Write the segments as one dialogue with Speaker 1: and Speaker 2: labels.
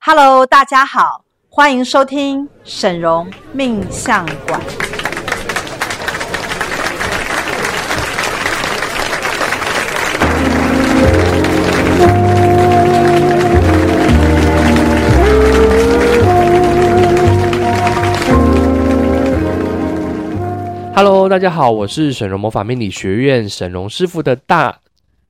Speaker 1: Hello，大家好，欢迎收听沈荣命相馆。
Speaker 2: Hello，大家好，我是沈荣魔法命理学院沈荣师傅的大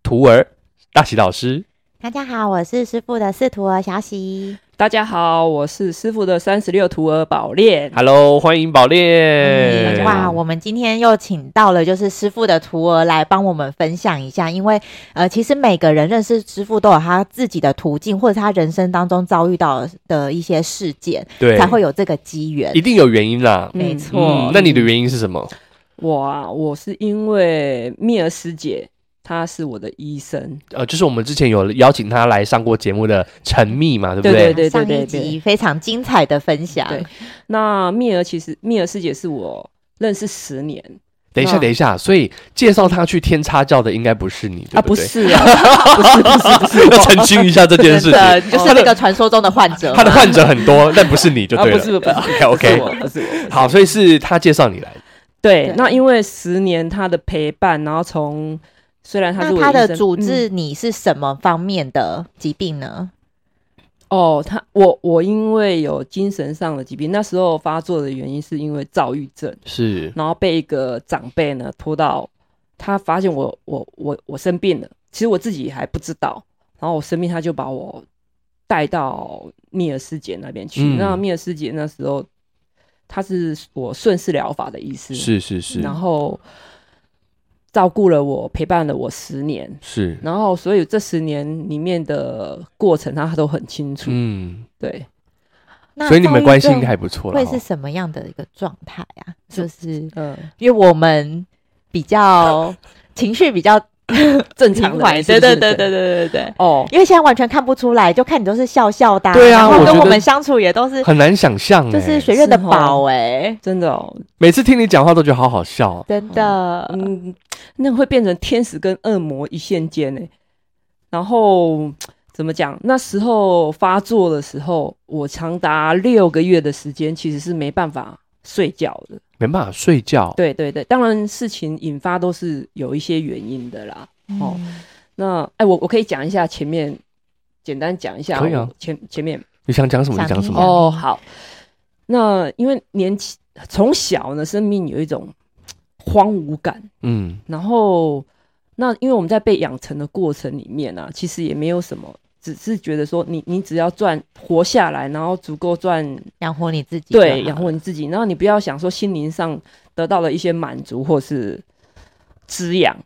Speaker 2: 徒儿大喜老师。
Speaker 3: 大家好，我是师傅的四徒儿小喜。
Speaker 4: 大家好，我是师傅的三十六徒儿宝炼。
Speaker 2: Hello，欢迎宝
Speaker 4: 大
Speaker 2: 烈。
Speaker 4: 家
Speaker 3: 哇，
Speaker 4: 好
Speaker 3: 我们今天又请到了就是师傅的徒儿来帮我们分享一下，因为呃，其实每个人认识师傅都有他自己的途径，或者他人生当中遭遇到的一些事件，
Speaker 2: 对，
Speaker 3: 才会有这个机缘
Speaker 2: 一。定有原因啦。
Speaker 4: 没
Speaker 2: 嗯
Speaker 4: 错，
Speaker 2: 那你的原因是什么？
Speaker 4: 我啊，我是因为蜜儿师姐，她是我的医生，
Speaker 2: 呃，就是我们之前有邀请他来上过节目的陈密嘛，对不
Speaker 4: 对对
Speaker 3: 上一
Speaker 4: 对
Speaker 3: 集非常精彩的分享，
Speaker 4: 对那蜜儿其实蜜儿师姐是我认识十年
Speaker 2: 等一下，
Speaker 4: 嗯
Speaker 2: 等一下，所以介绍他去天差教的应该不是你，对
Speaker 4: 啊，
Speaker 2: 不
Speaker 4: 不
Speaker 2: 对？
Speaker 4: 是啊， 不是不是不是
Speaker 2: 要
Speaker 4: 我
Speaker 2: 澄清一下这件
Speaker 3: 真
Speaker 2: 事
Speaker 3: 的
Speaker 2: 情。
Speaker 3: 就是那个传说中的患者
Speaker 2: 他的
Speaker 3: 嘛。
Speaker 2: 患者很多，但不是你就
Speaker 4: 啊，
Speaker 2: 对
Speaker 4: 不
Speaker 2: 了。
Speaker 4: 是不 是
Speaker 2: OK
Speaker 4: 不是我不是我，
Speaker 2: 好，所以是他介绍你来的。
Speaker 4: 对
Speaker 3: 对，
Speaker 4: 那因为十年她的陪伴，然后从虽然她是
Speaker 3: 那
Speaker 4: 我
Speaker 3: 他
Speaker 4: 医
Speaker 3: 的
Speaker 4: 生
Speaker 3: 主
Speaker 4: 嗯
Speaker 3: 治你是什么方面的疾病呢？
Speaker 4: 哦，他我我因为有精神上的疾病，那时候发作的原因是因为躁郁症，
Speaker 2: 是
Speaker 4: 然后被一个长辈呢拖到，他发现我我我我生病了，其实我自己还不知道，然后我生病他就把我带到密尔师姐那边去。
Speaker 2: 嗯
Speaker 4: 那密尔师姐那时候她是我顺势疗法的医师，
Speaker 2: 是是是
Speaker 4: 然后照顾了我，陪伴了我十年，
Speaker 2: 是，
Speaker 4: 然后所以这十年里面的过程他都很清楚，
Speaker 2: 嗯。
Speaker 4: 对。
Speaker 3: 那
Speaker 2: 所以你们关系
Speaker 3: 躁郁
Speaker 2: 应
Speaker 3: 症
Speaker 2: 该还不错了
Speaker 3: 会
Speaker 2: 哈。
Speaker 3: 是什么样的一个状态啊？就是
Speaker 4: 嗯，
Speaker 3: 因为我们比较情绪比较
Speaker 4: 正 常的人，
Speaker 3: 对对
Speaker 4: 是不
Speaker 3: 对
Speaker 4: 是
Speaker 3: 对对。对对对。
Speaker 4: 哦，
Speaker 3: 因为现在完全看不出来，就看你都是笑笑的、
Speaker 2: 对啊
Speaker 3: 然
Speaker 2: 我
Speaker 3: 后跟
Speaker 2: 觉
Speaker 3: 我
Speaker 2: 得
Speaker 3: 们相处也都是
Speaker 2: 很难想象、欸，
Speaker 3: 就是学院的
Speaker 4: 是哦
Speaker 3: 宝哎、
Speaker 4: 真的哦，
Speaker 2: 每次听你讲话都觉得好好笑。哦
Speaker 3: 真的，
Speaker 4: 嗯，那会变成天使跟恶魔一线间呢。然后怎么讲？那时候发作的时候，我长达六个月的时间其实是没办法睡觉的。
Speaker 2: 没办法睡觉，
Speaker 4: 对对对，当然事情引发都是有一些原因的啦。哦，那哎，我我可以讲一下前面，简单讲一下
Speaker 2: 可以啊嗯
Speaker 4: 我前前面
Speaker 2: 你想讲什么就
Speaker 3: 想
Speaker 2: 讲什
Speaker 3: 听
Speaker 2: 么。
Speaker 3: 讲
Speaker 4: 哦，好。那因为年轻从小呢，生命有一种荒芜感，
Speaker 2: 嗯，
Speaker 4: 然后那因为我们在被养成的过程里面啊，其实也没有什么，只是觉得说你你只要赚活下来，然后足够赚
Speaker 3: 养活你自己就啊好了，
Speaker 4: 对养活你自己，然后你不要想说心灵上得到了一些满足或是滋养。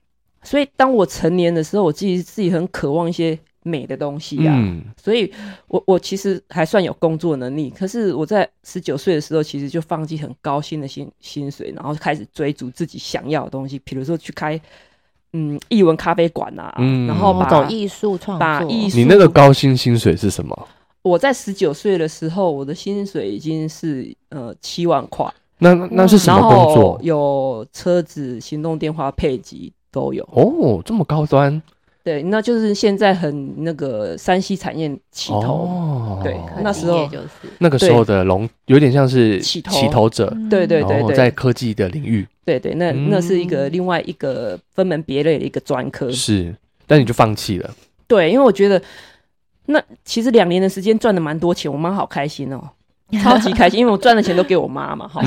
Speaker 4: 所以当我成年的时候，我自己自己很渴望一些美的东西啊。
Speaker 2: 嗯，
Speaker 4: 所以我我其实还算有工作能力，可是我在十九岁的时候，其实就放弃很高薪的薪薪水，然后开始追逐自己想要的东西，比如说去开嗯艺文咖啡馆啊，
Speaker 2: 嗯
Speaker 4: 然后
Speaker 3: 哦
Speaker 4: 把
Speaker 3: 走艺术创
Speaker 4: 把
Speaker 3: 作，
Speaker 4: 艺术
Speaker 2: 你那个高薪薪水是什么？
Speaker 4: 我在十九岁的时候，我的薪水已经是呃七万块，
Speaker 2: 那那是什
Speaker 4: 嗯然
Speaker 2: 么工
Speaker 4: 后
Speaker 2: 作？
Speaker 4: 有车子、行动电话配给都有。
Speaker 2: 哦，这么高端
Speaker 4: 对，那就是现在很那个山西产业起头。
Speaker 2: 哦，
Speaker 4: 对
Speaker 3: 科技
Speaker 4: 那时候
Speaker 3: 业就是
Speaker 2: 那个时候的龙有点像是
Speaker 4: 起头
Speaker 2: 起头者，
Speaker 4: 对对
Speaker 2: 然后哦在科技的领域
Speaker 4: 对对，那那是一个
Speaker 3: 嗯
Speaker 4: 另外一个分门别类的一个专科。
Speaker 2: 是，但你就放弃了，
Speaker 4: 对，因为我觉得那其实两年的时间赚的蛮多钱，我妈好开心 哦，超级开心，因为我赚的钱都给我妈嘛，哈。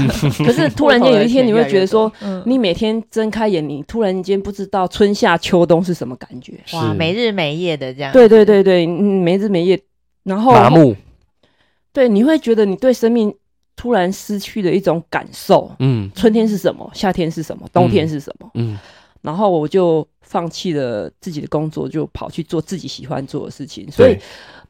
Speaker 4: 可是突然间有一天，你会觉得说，
Speaker 3: 嗯
Speaker 4: 你每天睁开眼，你突然间不知道春夏秋冬是什么感觉。
Speaker 3: 哇
Speaker 2: 是
Speaker 3: 没日没夜的这样，哦
Speaker 4: 对对对对，嗯没日没夜，然后
Speaker 2: 麻木，
Speaker 4: 对，你会觉得你对生命突然失去了一种感受。
Speaker 2: 嗯
Speaker 4: 春天是什么？夏天是什么？冬天是什么？
Speaker 2: 嗯，
Speaker 4: 然后我就放弃了自己的工作，就跑去做自己喜欢做的事情。所以
Speaker 2: 对，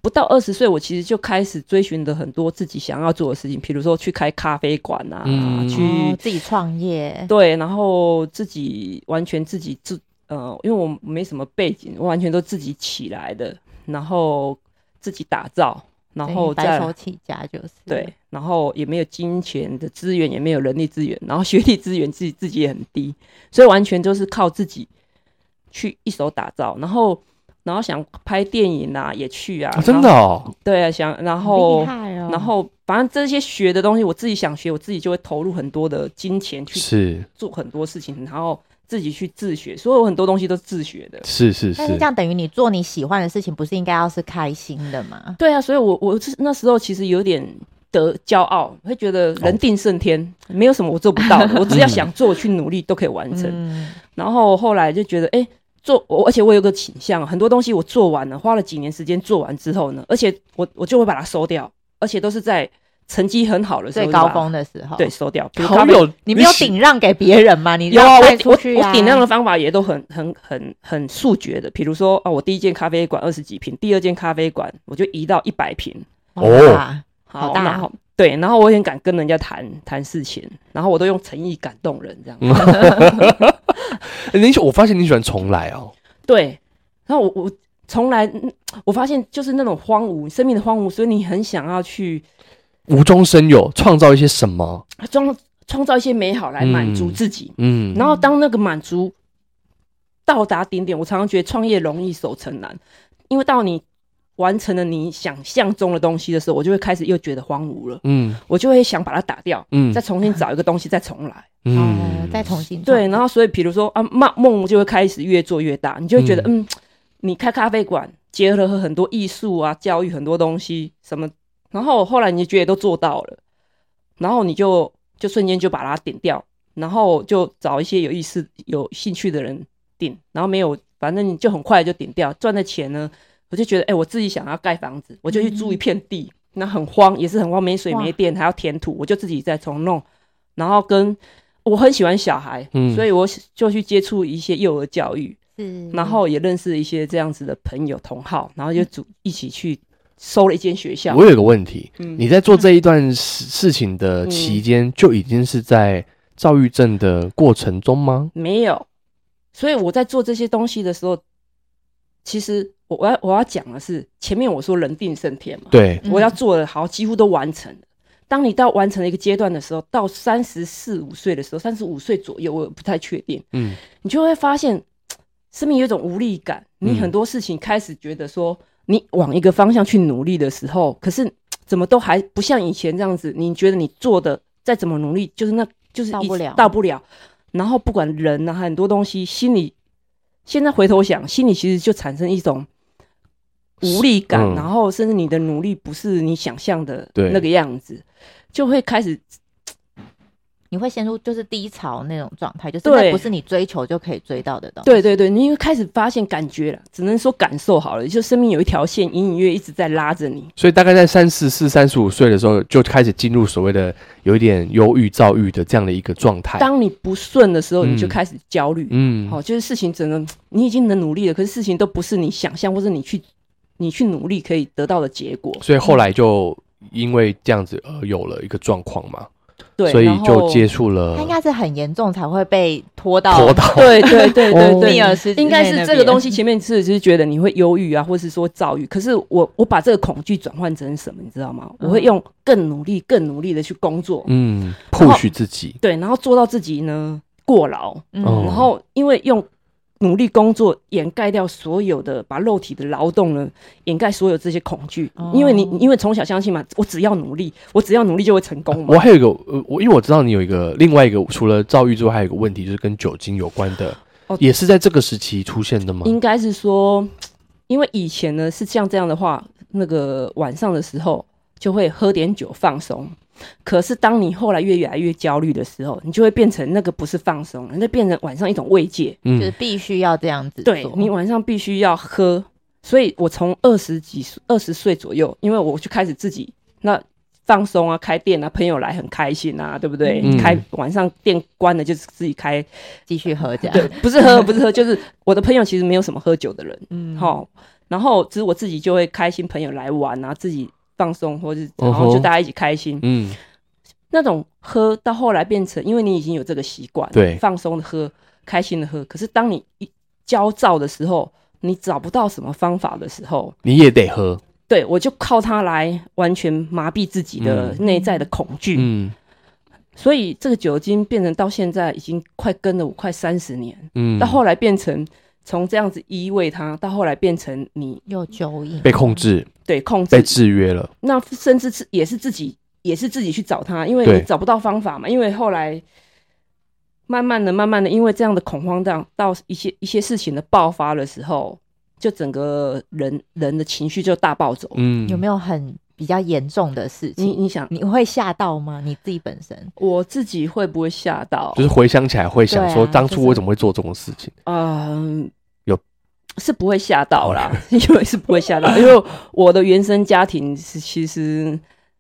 Speaker 4: 不到二十岁，我其实就开始追寻的很多自己想要做的事情，比如说去开咖啡馆啊，
Speaker 2: 嗯
Speaker 4: 去、
Speaker 3: 哦，自己创业，
Speaker 4: 对，然后自己完全自己自呃，因为我没什么背景，我完全都自己起来的，然后自己打造，然后
Speaker 3: 白
Speaker 4: 再
Speaker 3: 手起家就是
Speaker 4: 对，然后也没有金钱的资源，也没有人力资源，然后学历资源自己 自己也很低，所以完全就是靠自己去一手打造。然后，然后想拍电影啊，也去啊，
Speaker 2: 啊真的
Speaker 4: 然后
Speaker 2: 哦，
Speaker 4: 对啊，想然
Speaker 3: 好
Speaker 4: 后
Speaker 3: 厉害哦，
Speaker 4: 然后反正这些学的东西，我自己想学，我自己就会投入很多的金钱去
Speaker 2: 是
Speaker 4: 做很多事情，然后自己去自学，所以我很多东西都是自学的。
Speaker 2: 是是
Speaker 3: 但是
Speaker 2: 是
Speaker 3: 这，样等于你做你喜欢的事情，不是应该要是开心的吗？
Speaker 4: 对啊，所以我我是那时候其实有点得骄傲，会觉得人定胜天，没有什么我做不 到的，我只要想做，我去努力都可以完成。
Speaker 3: 嗯，
Speaker 4: 然后后来就觉得，哎、做我，而且我有个倾向，很多东西我做完了，花了几年时间做完之后呢，而且我我就会把它收掉，而且都是在成绩很好的时候
Speaker 3: 最
Speaker 4: 就
Speaker 3: 高
Speaker 4: 把它
Speaker 3: 峰的时候，
Speaker 4: 对，收掉。比如
Speaker 2: 好
Speaker 4: 咖啡
Speaker 2: 有
Speaker 3: 你没有
Speaker 2: 喜
Speaker 3: 顶让给别人吗？你
Speaker 4: 有啊，
Speaker 3: 让
Speaker 4: 我
Speaker 3: 卖出
Speaker 4: 我
Speaker 3: 去啊，
Speaker 4: 我顶量的方法也都很很很很速决的，比如说啊，我第一间咖啡馆二十几平，第二间咖啡馆我就移到一百平，
Speaker 2: 哦
Speaker 3: 哇，好大
Speaker 4: 然后对，然后我也很敢跟人家谈谈事情，然后我都用诚意感动人这样。
Speaker 2: 你喜我发现你喜欢重来哦，
Speaker 4: 对，然后我我从来嗯我发现就是那种荒芜，生命的荒芜，所以你很想要去
Speaker 2: 无中生有，创造一些什么？
Speaker 4: 创创造一些美好来满足
Speaker 2: 嗯
Speaker 4: 自己。
Speaker 2: 嗯，
Speaker 4: 然后当那个满足到达顶点，我常常觉得创业容易守成难，因为到你完成了你想象中的东西的时候，我就会开始又觉得荒芜了，
Speaker 2: 嗯
Speaker 4: 我就会想把它打掉，
Speaker 2: 嗯
Speaker 4: 再重新找一个东西再重来。呃
Speaker 3: 哦
Speaker 2: 嗯，，
Speaker 3: 再重新做
Speaker 4: 对，然后所以比如说啊，梦梦就会开始越做越大，你就会觉得嗯你开咖啡馆结合很多艺术啊、教育很多东西什么，然后后来你就觉得都做到了，然后你就就瞬间就把它顶掉，然后就找一些有意思、有兴趣的人顶，然后没有，反正你就很快就顶掉，赚的钱呢，我就觉得哎、我自己想要盖房子，我就去租一片地。那很荒，也是很荒，没水
Speaker 3: 哇
Speaker 4: 没电，还要填土，我就自己再重弄。然后跟我很喜欢小孩，
Speaker 2: 嗯
Speaker 4: 所以我就去接触一些幼儿教育，
Speaker 3: 是
Speaker 4: 然后也认识一些这样子的朋友同好，然后就组一起去收了一间学校
Speaker 2: 我。有个问题，
Speaker 4: 嗯
Speaker 2: 你在做这一段事事情的期间，就已经是在躁郁症的过程中吗？
Speaker 4: 没有，所以我在做这些东西的时候，其实我我要我要讲的是，前面我说人定胜天嘛，
Speaker 2: 对，
Speaker 4: 我要做的好几乎都完成了。当你到完成了一个阶段的时候，到三十四五岁的时候，三十五岁左右，我也不太确定，
Speaker 2: 嗯，
Speaker 4: 你就会发现生命有一种无力感。你
Speaker 2: 嗯
Speaker 4: 很多事情开始觉得说，你往一个方向去努力的时候，可是怎么都还不像以前这样子。你觉得你做的再怎么努力，就是那就是
Speaker 3: 到
Speaker 4: 一
Speaker 3: 不了
Speaker 4: 到不了。然后不管人啊，很多东西，心里现在回头想，心里其实就产生一种。无力感，
Speaker 2: 嗯
Speaker 4: 然后甚至你的努力不是你想象的
Speaker 2: 对
Speaker 4: 那个样子，就会开始
Speaker 3: 你会陷入就是低潮那种状态，就是
Speaker 4: 对
Speaker 3: 那不是你追求就可以追到的东西。
Speaker 4: 对对对，你因为开始发现感觉了，只能说感受好了，就生命有一条线隐隐约一直在拉着你。
Speaker 2: 所以大概在三十四、三十五岁的时候，就开始进入所谓的有一点忧郁、躁郁的这样的一个状态。
Speaker 4: 当你不顺的时候，
Speaker 2: 嗯
Speaker 4: 你就开始焦虑。
Speaker 2: 哎嗯，
Speaker 4: 好、就是事情整个你已经能努力了，可是事情都不是你想象或者你去你去努力可以得到的结果。
Speaker 2: 所以后来就因为这样子而有了一个状况嘛，
Speaker 4: 对，
Speaker 2: 所以
Speaker 4: 然后
Speaker 2: 就接触了
Speaker 3: 他应该是很严重才会被拖到
Speaker 2: 拖到，
Speaker 4: 对对对对 对，
Speaker 3: 密尔斯之类
Speaker 4: 哦应该是这个东
Speaker 3: 西。
Speaker 4: 西前面是只是觉得你会忧郁啊，或是说躁郁。可是我我把这个恐惧转换成什么，你知道吗？我会
Speaker 3: 嗯
Speaker 4: 用更努力、更努力的去工作，
Speaker 2: 嗯
Speaker 4: 然后
Speaker 2: ，push 自己，
Speaker 4: 对，然后做到自己呢过劳，
Speaker 3: 嗯
Speaker 2: 哦
Speaker 4: 然后因为用努力工作掩盖掉所有的，把肉体的劳动呢掩盖所有这些恐惧，
Speaker 3: 哦
Speaker 4: 因为你因为从小相信嘛，我只要努力，我只要努力就会成功
Speaker 2: 我
Speaker 4: 嘛。
Speaker 2: 还有一个，呃我因为我知道你有一个另外一个，除了躁郁之外，还有一个问题就是跟酒精有关的，
Speaker 4: 哦
Speaker 2: 也是在这个时期出现的吗？
Speaker 4: 应该是说，因为以前呢是像这样的话，那个晚上的时候就会喝点酒放松。可是当你后来越来越焦虑的时候，你就会变成那个不是放松了，那变成晚上一种慰藉。
Speaker 3: 就是
Speaker 2: 嗯，
Speaker 3: 必须要这样子做，
Speaker 4: 对你晚上必须要喝，所以我从二十几岁、二十岁左右，因为我就开始自己那放松啊，开店啊，朋友来很开心啊，对不对？
Speaker 2: 嗯
Speaker 4: 开晚上店关了就是自己开，
Speaker 3: 继续喝这样，
Speaker 4: 对， 不是喝不是喝，就是我的朋友其实没有什么喝酒的人，
Speaker 3: 嗯，
Speaker 4: 好、然后只是我自己就会开心，朋友来玩啊，自己放松，或者是
Speaker 2: 嗯
Speaker 4: 然
Speaker 2: 哼
Speaker 4: 后就大家一起开心。
Speaker 2: 嗯，
Speaker 4: 那种喝到后来变成，因为你已经有这个习惯，
Speaker 2: 对
Speaker 4: 放松的喝，开心的喝。可是当你一焦躁的时候，你找不到什么方法的时候，
Speaker 2: 你也得喝，
Speaker 4: 对我就靠它来完全麻痹自己的
Speaker 2: 嗯
Speaker 4: 内在的恐惧。
Speaker 2: 嗯
Speaker 4: 所以这个酒精变成到现在已经快跟了我快三十年，
Speaker 2: 嗯，
Speaker 4: 到后来变成从这样子依偎他，到后来变成你
Speaker 3: 又酒瘾
Speaker 2: 被控，制、
Speaker 4: 对控制
Speaker 2: 被制约了。
Speaker 4: 那甚至是也是自己也是自己去找他，因为
Speaker 2: 对
Speaker 4: 你找不到方法嘛。因为后来慢慢的、慢慢的，因为这样的恐慌到到一些一些事情的爆发的时候，就整个人人的情绪就大暴走。
Speaker 2: 嗯，
Speaker 3: 有没
Speaker 2: 有？
Speaker 3: 有很比较严重的事
Speaker 4: 你
Speaker 3: 情？
Speaker 4: 你想，
Speaker 3: 你会吓到吗？你自己本身
Speaker 4: 我自己会不会吓到？
Speaker 2: 就是回想起来会想说，
Speaker 3: 对啊
Speaker 2: 当初
Speaker 3: 就是
Speaker 2: 我怎么会做这种事情？
Speaker 4: 嗯，
Speaker 2: 有哦
Speaker 4: 是不会吓到 啦，因为是不会吓到，因为我的原生家庭是其实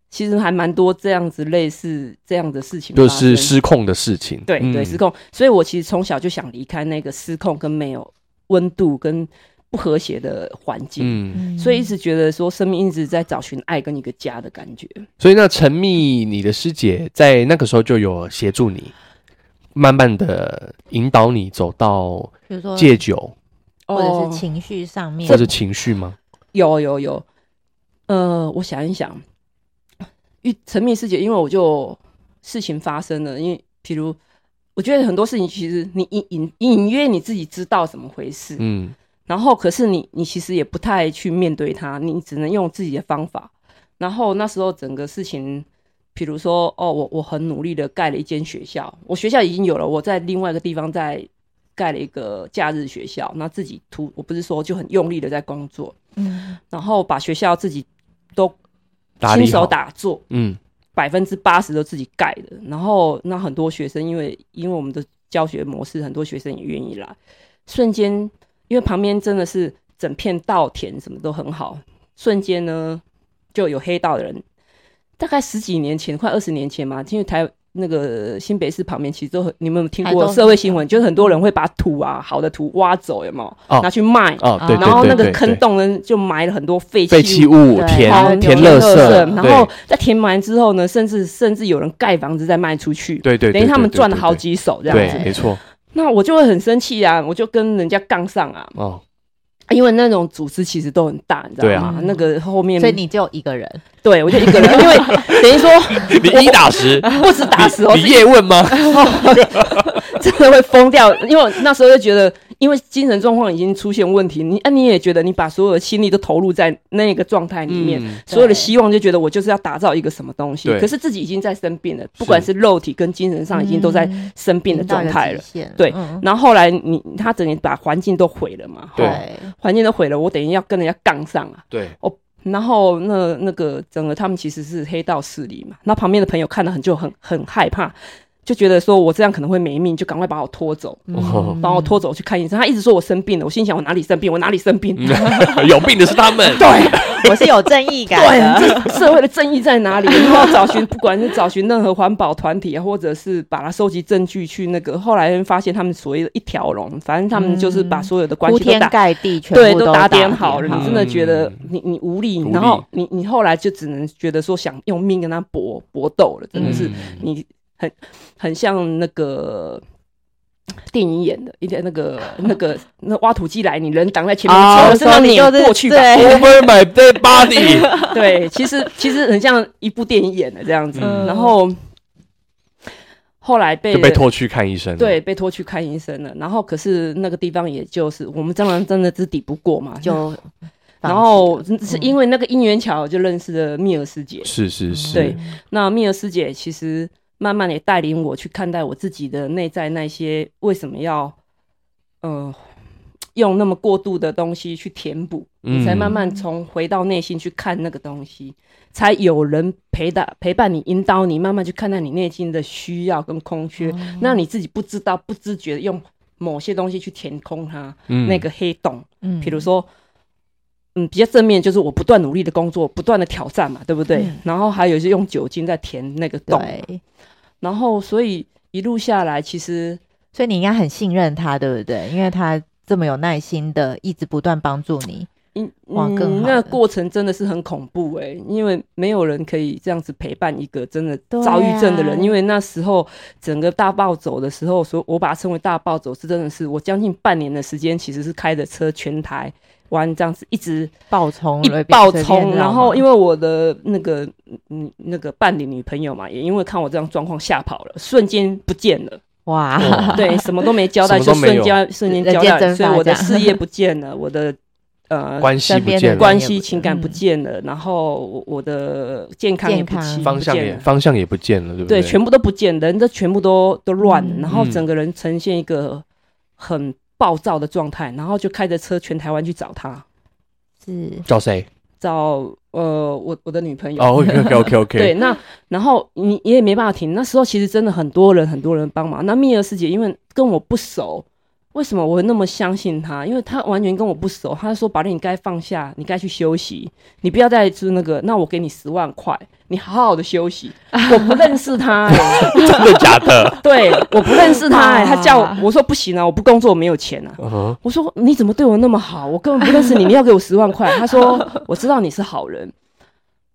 Speaker 4: 其实还蛮多这样子类似这样的事情发
Speaker 2: 就
Speaker 4: 生，
Speaker 2: 是失控的事情。
Speaker 4: 对对
Speaker 2: 嗯
Speaker 4: 失。控，所以我其实从小就想离开那个失控跟没有温度跟不和谐的环境。
Speaker 2: 嗯，
Speaker 4: 所以一直觉得说，生命一直在找寻爱跟一个家的感觉。
Speaker 2: 所以那陈密，你的师姐在那个时候就有协助你，慢慢的引导你走到
Speaker 3: 比如说
Speaker 2: 戒酒
Speaker 3: 或者是
Speaker 4: 哦
Speaker 3: 情绪上面
Speaker 2: 或，者情绪吗？
Speaker 4: 有有有，呃，我想一想，遇陈密师姐，因为我就事情发生了，因为譬如，我觉得很多事情其实你隐隐隐约你自己知道怎么回事，
Speaker 2: 嗯，
Speaker 4: 然后可是你你其实也不太去面对它，你只能用自己的方法。然后那时候整个事情，比如说哦，我我很努力的盖了一间学校，我学校已经有了，我在另外一个地方再盖了一个假日学校，那自己突我不是说就很用力的在工作，
Speaker 3: 嗯，
Speaker 4: 然后把学校自己都
Speaker 2: 打理
Speaker 4: 亲手
Speaker 2: 好，
Speaker 4: 打做，
Speaker 2: 嗯，
Speaker 4: 百分之八十都自己盖的。然后那很多学生因为因为我们的教学模式，很多学生也愿意来。瞬间，因为旁边真的是整片稻田，什么都很好。瞬间呢，就有黑道的人，大概十几年前，快二十年前嘛，因为台那个新北市旁边其实都很，你们有没有听
Speaker 3: 台
Speaker 4: 过
Speaker 3: 东
Speaker 4: 社会新闻？就是很多人会把土啊，好的土挖走，有没有？
Speaker 2: 哦
Speaker 4: 拿去卖。
Speaker 2: 哦，对对对，
Speaker 4: 然后那个
Speaker 2: 对
Speaker 4: 坑
Speaker 2: 对
Speaker 4: 洞呢，就埋了很多废
Speaker 2: 废
Speaker 4: 弃
Speaker 2: 弃物
Speaker 3: 对
Speaker 4: 好
Speaker 2: 填
Speaker 3: 填
Speaker 2: 填
Speaker 4: 垃
Speaker 2: 垃圾，
Speaker 4: 然后在填完之后呢，甚至甚至有人盖房子再卖出去，
Speaker 2: 对对，对
Speaker 4: 等于他们
Speaker 2: 对对
Speaker 4: 赚了好
Speaker 2: 对
Speaker 4: 几手这
Speaker 2: 对
Speaker 4: 样
Speaker 2: 对，
Speaker 4: 子。
Speaker 2: 没错
Speaker 4: 那我就会很生气啊，我就跟人家杠上啊，
Speaker 2: 哦，
Speaker 4: 因为那种组织其实都很大，你知
Speaker 2: 对
Speaker 4: 道
Speaker 2: 啊
Speaker 4: 吗？那个后面，
Speaker 3: 所以你就一个人，
Speaker 4: 对我就一个人，因为等于说
Speaker 2: 你一打十，
Speaker 4: 不止 打死哦，
Speaker 2: 你叶问吗？
Speaker 4: 真的会疯掉，因为我那时候就觉得，因为精神状况已经出现问题，你啊你也觉得你把所有的心力都投入在那个状态里面，
Speaker 2: 嗯
Speaker 4: 所有的希望就觉得我就是要打造一个什么东西
Speaker 2: 对，
Speaker 4: 可是自己已经在生病了，不管是肉体跟精神上已经都在
Speaker 3: 嗯
Speaker 4: 生病的
Speaker 3: 已经到
Speaker 4: 状
Speaker 3: 一个
Speaker 4: 态
Speaker 3: 极
Speaker 4: 了。
Speaker 3: 限了，
Speaker 4: 对
Speaker 3: 嗯
Speaker 4: 然后后来你他整个把环境都毁了嘛，
Speaker 2: 对
Speaker 4: 齁，环境都毁了，我等于要跟人家杠上啊。
Speaker 2: 对，
Speaker 4: 然后那那个整个他们其实是黑道势力嘛，那旁边的朋友看了很就很很害怕，就觉得说我这样可能会没命，就赶快把我拖走。
Speaker 3: 嗯
Speaker 2: 哦
Speaker 4: 把我拖走去看医生。他一直说我生病了，我心想我哪里生病，我哪里生病？
Speaker 2: 有病的是他们，
Speaker 3: 我是有正义感的，
Speaker 4: 对，这社会的正义在哪里？然后找寻，不管是找寻任何环保团体啊，或者是把它收集证据去那个。后来发现他们所谓的一条龙，反正他们就是把所有的关
Speaker 3: 嗯铺
Speaker 4: 系都
Speaker 3: 天
Speaker 4: 打。
Speaker 3: 盖地，全
Speaker 4: 对，
Speaker 3: 部
Speaker 4: 都
Speaker 3: 打
Speaker 4: 点
Speaker 3: 好
Speaker 4: 好了，你真的觉得你你无力，
Speaker 2: 嗯无力
Speaker 4: 然后你你后来就只能觉得说想用命跟他搏搏斗了，真的是
Speaker 2: 嗯
Speaker 4: 你很很像那个电影演的，一个那个那个那挖土机来，你人挡在前面，
Speaker 3: 哦
Speaker 4: 我是让
Speaker 3: 所以
Speaker 4: 你
Speaker 3: 你就是
Speaker 4: 过去吧。
Speaker 3: 对
Speaker 2: Over my dead body，
Speaker 4: 对，其实其实很像一部电影演的这样子，
Speaker 2: 嗯
Speaker 4: 然后后来被
Speaker 2: 就被拖去看医生了。
Speaker 4: 对，被拖去看医生了，然后可是那个地方也就是我们当然真的是抵不过嘛，
Speaker 3: 就，
Speaker 4: 然后是因为那个因缘巧合就认识了密尔师姐，
Speaker 2: 是是是，
Speaker 4: 对，那蜜儿师姐其实慢慢也带领我去看待我自己的内在那些为什么要，呃，用那么过度的东西去填补，
Speaker 2: 嗯
Speaker 4: 你才慢慢从回到内心去看那个东西，才有人陪的陪伴你，引导你慢慢去看待你内心的需要跟空
Speaker 2: 哦
Speaker 4: 缺，那你自己不知道不自觉的用某些东西去填空它、
Speaker 2: 嗯
Speaker 4: 那个黑洞。
Speaker 3: 嗯
Speaker 4: 比如说，嗯，比较正面就是我不断努力的工作，不断的挑战嘛，对不对？
Speaker 3: 嗯
Speaker 4: 然后还有就是用酒精在填那个洞，
Speaker 3: 对，
Speaker 4: 然后所以一路下来，其实
Speaker 3: 所以你应该很信任他，对不对？因为他这么有耐心的，一直不断帮助你，
Speaker 4: 嗯
Speaker 3: 哇更
Speaker 4: 嗯，
Speaker 3: 好
Speaker 4: 那
Speaker 3: 了
Speaker 4: 个过程真的是很恐怖哎、因为没有人可以这样子陪伴一个真的
Speaker 3: 对
Speaker 4: 躁郁症的人，
Speaker 3: 啊
Speaker 4: 因为那时候整个大暴走的时候，所以我把它称为大暴走，是真的是我将近半年的时间，其实是开着车全台湾这样子一直
Speaker 3: 爆冲，
Speaker 4: 一
Speaker 3: 随便
Speaker 4: 爆
Speaker 3: 随便知
Speaker 4: 冲，
Speaker 3: 道
Speaker 4: 然后
Speaker 3: 吗
Speaker 4: 因为我的那个 嗯那个伴侣女朋友嘛，也因为看我这样状况吓跑了，瞬间不见了，
Speaker 3: 哇，
Speaker 2: 哦
Speaker 4: 对，什么都没交代，
Speaker 2: 什么
Speaker 4: 就
Speaker 2: 都没有
Speaker 4: 瞬间瞬间
Speaker 3: 人
Speaker 4: 交
Speaker 3: 间
Speaker 4: 代，
Speaker 3: 蒸
Speaker 4: 所以
Speaker 3: 发
Speaker 4: 我的
Speaker 3: 这样
Speaker 4: 事业不见了，我的呃
Speaker 2: 关系
Speaker 3: 身
Speaker 2: 不
Speaker 3: 边的
Speaker 2: 见
Speaker 3: 人
Speaker 2: 了，
Speaker 4: 关
Speaker 3: 也
Speaker 4: 系
Speaker 3: 不
Speaker 4: 情感不
Speaker 3: 嗯
Speaker 4: 见了，然后我我的健康
Speaker 3: 健
Speaker 4: 也不
Speaker 3: 康
Speaker 4: 起
Speaker 2: 方向
Speaker 4: 不见
Speaker 2: 也
Speaker 4: 了
Speaker 2: 方向也不见了，对不
Speaker 4: 对，
Speaker 2: 对？
Speaker 4: 全部都不见，人都全部都都乱了，
Speaker 3: 嗯
Speaker 4: 然后
Speaker 2: 嗯
Speaker 4: 整个人呈现一个很暴躁的状态，然后就开着车全台湾去找他，
Speaker 3: 是
Speaker 2: 找谁？
Speaker 4: 找呃我我的女朋友。
Speaker 2: 哦，OK OK OK，
Speaker 4: 对，那然后你你也没办法停。那时候其实真的很多人很多人帮忙。那蜜儿师姐因为跟我不熟，为什么我会那么相信她？因为她完全跟我不熟。她说：“宝莉，你该放下，你该去休息，你不要再就是那个。那我给你十万块，你好好的 休息。”我不认识她、欸，
Speaker 2: 真的假的？
Speaker 4: 对，我不认识她、欸。
Speaker 3: 哇
Speaker 4: 她叫我，我说不行啊，我不工作，我没有钱啊。
Speaker 2: 嗯哼
Speaker 4: 我说你怎么对我那么好？我根本不认识你，你要给我十万块？他说我知道你是好人，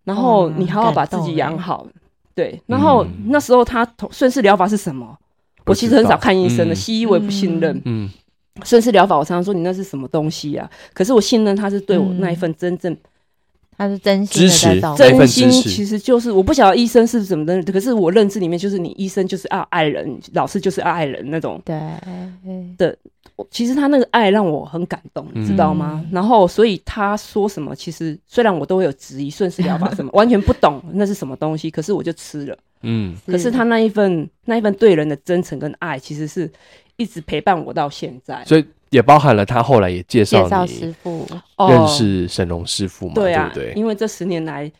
Speaker 4: 然后
Speaker 3: 哇
Speaker 4: 你好好把
Speaker 3: 哦感
Speaker 4: 自
Speaker 3: 动
Speaker 4: 己
Speaker 3: 欸
Speaker 4: 养好。对，然后
Speaker 2: 嗯
Speaker 4: 那时候他同顺势疗法是什么？
Speaker 2: 不
Speaker 4: 我其实很
Speaker 2: 知
Speaker 4: 少
Speaker 2: 道
Speaker 4: 看医生的，
Speaker 2: 嗯
Speaker 4: 西医我也不信任。
Speaker 2: 嗯，
Speaker 4: 顺势疗法，我常常说你那是什么东西啊？可是我信任他是对
Speaker 3: 嗯
Speaker 4: 我那一份真正
Speaker 3: 他是真心
Speaker 2: 支持
Speaker 3: 的在照顾
Speaker 2: 哦那一
Speaker 4: 真
Speaker 2: 份支
Speaker 4: 心，
Speaker 2: 持
Speaker 4: 其实就是我不晓得医生是怎么的，可是我认知里面就是你医生就是要爱人，老师就是要爱人那种。
Speaker 3: 对，
Speaker 4: 我其实他那个爱让我很感动，
Speaker 2: 嗯
Speaker 4: 你知道吗？然后，所以他说什么，其实虽然我都会有质疑，顺势疗 法什么，完全不懂那是什么东西，可是我就吃了。
Speaker 2: 嗯，
Speaker 4: 可是他那一份那一份对人的真诚跟爱，其实是一直陪伴我到现在。
Speaker 2: 所以也包含了他后来也介
Speaker 3: 介
Speaker 2: 绍
Speaker 3: 绍
Speaker 2: 你
Speaker 3: 师傅，
Speaker 4: 哦
Speaker 2: 认识沈龙师傅嘛，
Speaker 4: 对啊，
Speaker 2: 不对？
Speaker 4: 因为这十年来，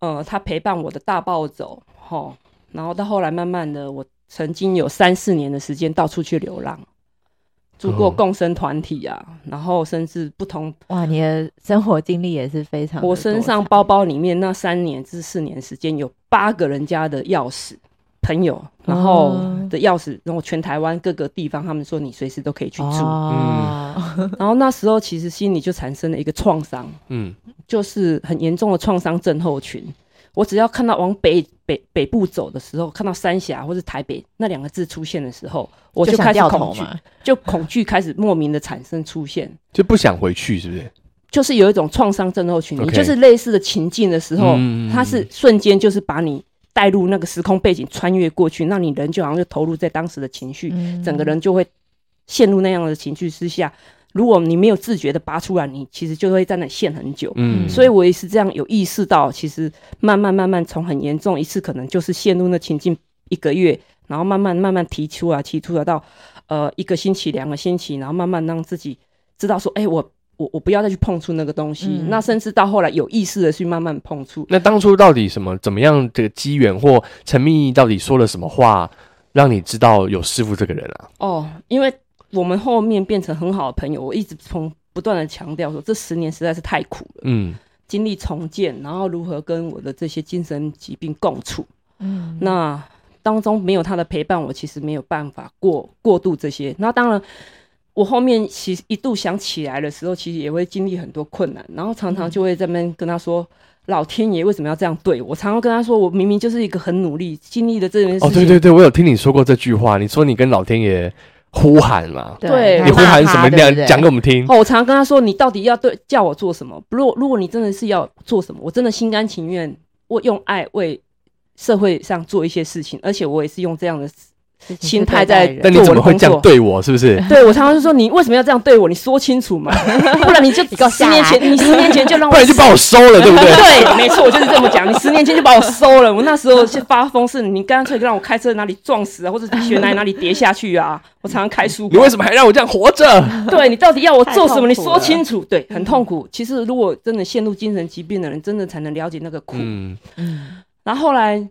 Speaker 4: 呃，他陪伴我的大暴走，吼，然后到后来慢慢的，我曾经有三四年的时间到处去流浪，住过
Speaker 2: 哦
Speaker 4: 共生团体啊，然后甚至不同
Speaker 3: 哇，你的生活经历也是非常的多
Speaker 4: 我
Speaker 3: 彩，
Speaker 4: 身上包包里面那三年至四年时间，有八个人家的钥匙，朋友，然后
Speaker 3: 哦
Speaker 4: 的钥匙，然后全台湾各个地方，他们说你随时都可以去住。
Speaker 3: 哦，
Speaker 4: 然后那时候其实心里就产生了一个创伤，
Speaker 2: 嗯，
Speaker 4: 就是很严重的创伤症候群。我只要看到往北北北部走的时候，看到三峡或是台北那两个字出现的时候，我
Speaker 3: 就
Speaker 4: 就
Speaker 3: 想
Speaker 4: 开始
Speaker 3: 掉
Speaker 4: 恐
Speaker 3: 头
Speaker 4: 惧，
Speaker 3: 嘛，
Speaker 4: 就恐惧开始莫名的产生出现。
Speaker 2: 就不想回去，是不是？
Speaker 4: 就是有一种创伤症候群，你
Speaker 2: OK
Speaker 4: 就是类似的情境的时候，
Speaker 2: 嗯嗯嗯
Speaker 4: 它是瞬间就是把你带入那个时空背景，穿越过去，那你人就好像就投入在当时的情绪，
Speaker 3: 嗯
Speaker 4: 整个人就会陷入那样的情绪之下。如果你没有自觉的拔出来，你其实就会在那陷很久。
Speaker 2: 嗯，
Speaker 4: 所以我也是这样有意识到，其实慢慢慢慢从很严重一次，可能就是陷入那情境一个月，然后慢慢慢慢提出来，提出来到呃一个星期、两个星期，然后慢慢让自己知道说，哎、我我我不要再去碰触那个东西。
Speaker 3: 嗯
Speaker 4: 那甚至到后来有意识的去慢慢碰触，
Speaker 2: 那当初到底什么怎么样的机缘，或陈密到底说了什么话，让你知道有师傅这个人啊？
Speaker 4: 哦，因为我们后面变成很好的朋友，我一直从不断的强调说，这十年实在是太苦了，
Speaker 2: 嗯，
Speaker 4: 经历重建，然后如何跟我的这些精神疾病共处。
Speaker 3: 嗯
Speaker 4: 那当中没有他的陪伴，我其实没有办法过过渡这些。那当然，我后面其实一度想起来的时候，其实也会经历很多困难，然后常常就会在那边跟他说。老天爷为什么要这样对我？我常常跟他说，我明明就是一个很努力经历的这件事情。
Speaker 2: 哦，对对对，我有听你说过这句话，你说你跟老天爷呼喊
Speaker 3: 嗯
Speaker 2: 嘛，
Speaker 4: 对
Speaker 2: 你
Speaker 4: 还
Speaker 2: 呼喊什么？
Speaker 3: 样
Speaker 2: 讲讲给我们听。
Speaker 4: 哦，我常常跟他说，你到底要对叫我做什么？如果如果你真的是要做什么，我真的心甘情愿，我用爱为社会上做一些事情，而且我也是用这样的心态在
Speaker 2: 但你
Speaker 4: 做
Speaker 2: 怎
Speaker 4: 我
Speaker 2: 么
Speaker 4: 的
Speaker 2: 会
Speaker 4: 工
Speaker 2: 这样
Speaker 4: 作
Speaker 2: 对我？是不是？
Speaker 4: 对我常常就说你为什么要这样对我？你说清楚嘛，不然你就
Speaker 3: 给我
Speaker 4: 十
Speaker 3: 下
Speaker 4: 年
Speaker 3: 来
Speaker 4: 前，你十年前就让
Speaker 2: 不
Speaker 4: 我
Speaker 2: 然就把我收了，对不对？
Speaker 4: 对，没错，我就是这么讲。你十年前就把我收了，我那时候就发疯是，你干脆让我开车哪里撞死啊，或者悬崖哪里跌下去啊。我常常开书
Speaker 2: 你
Speaker 4: 包
Speaker 2: 为，什么还让我这样活着？
Speaker 4: 对你到底要我做什么？
Speaker 3: 太
Speaker 4: 你
Speaker 3: 痛苦了嗯
Speaker 4: 说清楚。对，很痛苦。其实如果真的陷入精神疾病的人，真的才能了解那个苦。
Speaker 2: 嗯，
Speaker 3: 嗯
Speaker 4: 然后后来，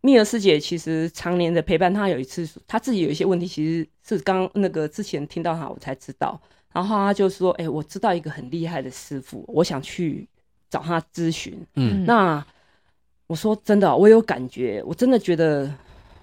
Speaker 4: 蜜儿师姐其实常年的陪伴她，有一次她自己有一些问题，其实是刚那个之前听到她我才知道。然后她就说：“哎、我知道一个很厉害的师傅，我想去找他咨询。
Speaker 2: 嗯
Speaker 4: 那我说：“真的哦、我有感觉，我真的觉得。”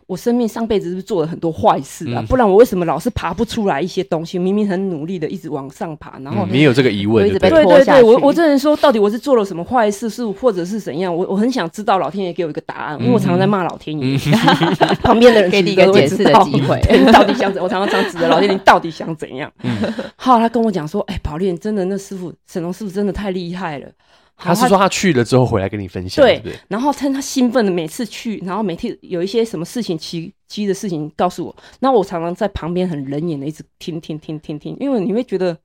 Speaker 4: 我生命上辈子是不是做了很多坏事啊？
Speaker 2: 嗯
Speaker 4: 不然我为什么老是爬不出来一些东西？明明很努力的一直往上爬，然后
Speaker 2: 嗯你也有这个疑问，
Speaker 3: 我一
Speaker 2: 对
Speaker 3: 直
Speaker 2: 不对了？
Speaker 3: 被
Speaker 4: 对
Speaker 3: 拖
Speaker 4: 对
Speaker 3: 下
Speaker 4: 对，我
Speaker 3: 去
Speaker 4: 我这人说，到底我是做了什么坏事，是或者是怎样？我我很想知道老天爷给我一个答案，
Speaker 2: 嗯
Speaker 4: 因为我常常在骂老天爷， 旁边的人
Speaker 3: 给
Speaker 4: 其
Speaker 3: 你一
Speaker 4: 实
Speaker 3: 个
Speaker 4: 都会
Speaker 3: 解
Speaker 4: 知
Speaker 3: 释的
Speaker 4: 道
Speaker 3: 机会
Speaker 4: 对你到底想怎？我常常常指 着老天爷，你到底想怎样？
Speaker 2: 嗯
Speaker 4: 后来他跟我讲说，哎，宝莲真的那师傅沈龙师傅真的太厉害了。
Speaker 2: 他是说他去了之后回来跟你分享，
Speaker 4: 对
Speaker 2: 对不对？
Speaker 4: 然后趁他兴奋的每次去，然后每天有一些什么事情奇奇的事情告诉我，那我常常在旁边很冷眼的一直听听听听听，因为你会觉得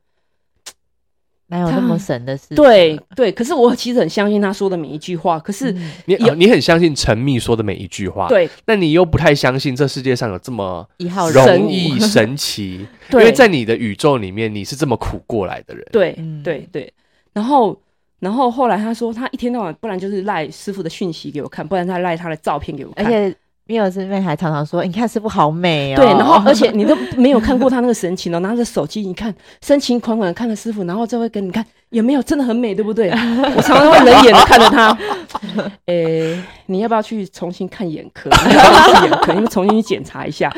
Speaker 3: 哪有那么神的
Speaker 2: 嗯
Speaker 3: 事？
Speaker 4: 对，对，可是我其实很相信他说的每一句话，可是、
Speaker 3: 嗯
Speaker 2: 你、
Speaker 4: 有
Speaker 2: 哦你很相信陈密说的每一句话，，
Speaker 4: 对
Speaker 2: 但你又不太相信这世界上有这么
Speaker 3: 一号人
Speaker 2: 容
Speaker 4: 物
Speaker 2: 易神奇，因
Speaker 4: 对，
Speaker 2: 为在你的宇宙里面你是这么苦过来的人，
Speaker 4: 对
Speaker 3: 嗯
Speaker 4: 对对，然后然后后来他说他一天到晚不然就是赖师傅的讯息给我看，不然他赖他的照片给我
Speaker 3: 而
Speaker 4: 看，
Speaker 3: 且缪尔师妹还常常说：“你看师傅好美哦。”
Speaker 4: 对，然后而且你都没有看过他那个神情哦，拿着手机你看，深情款款地看着师傅，然后再会跟你看有没有真的很美，对不对？我常常会冷眼的看着他，诶、你要不要去重新看眼科？你要不要去眼科，你们重新去检查一下。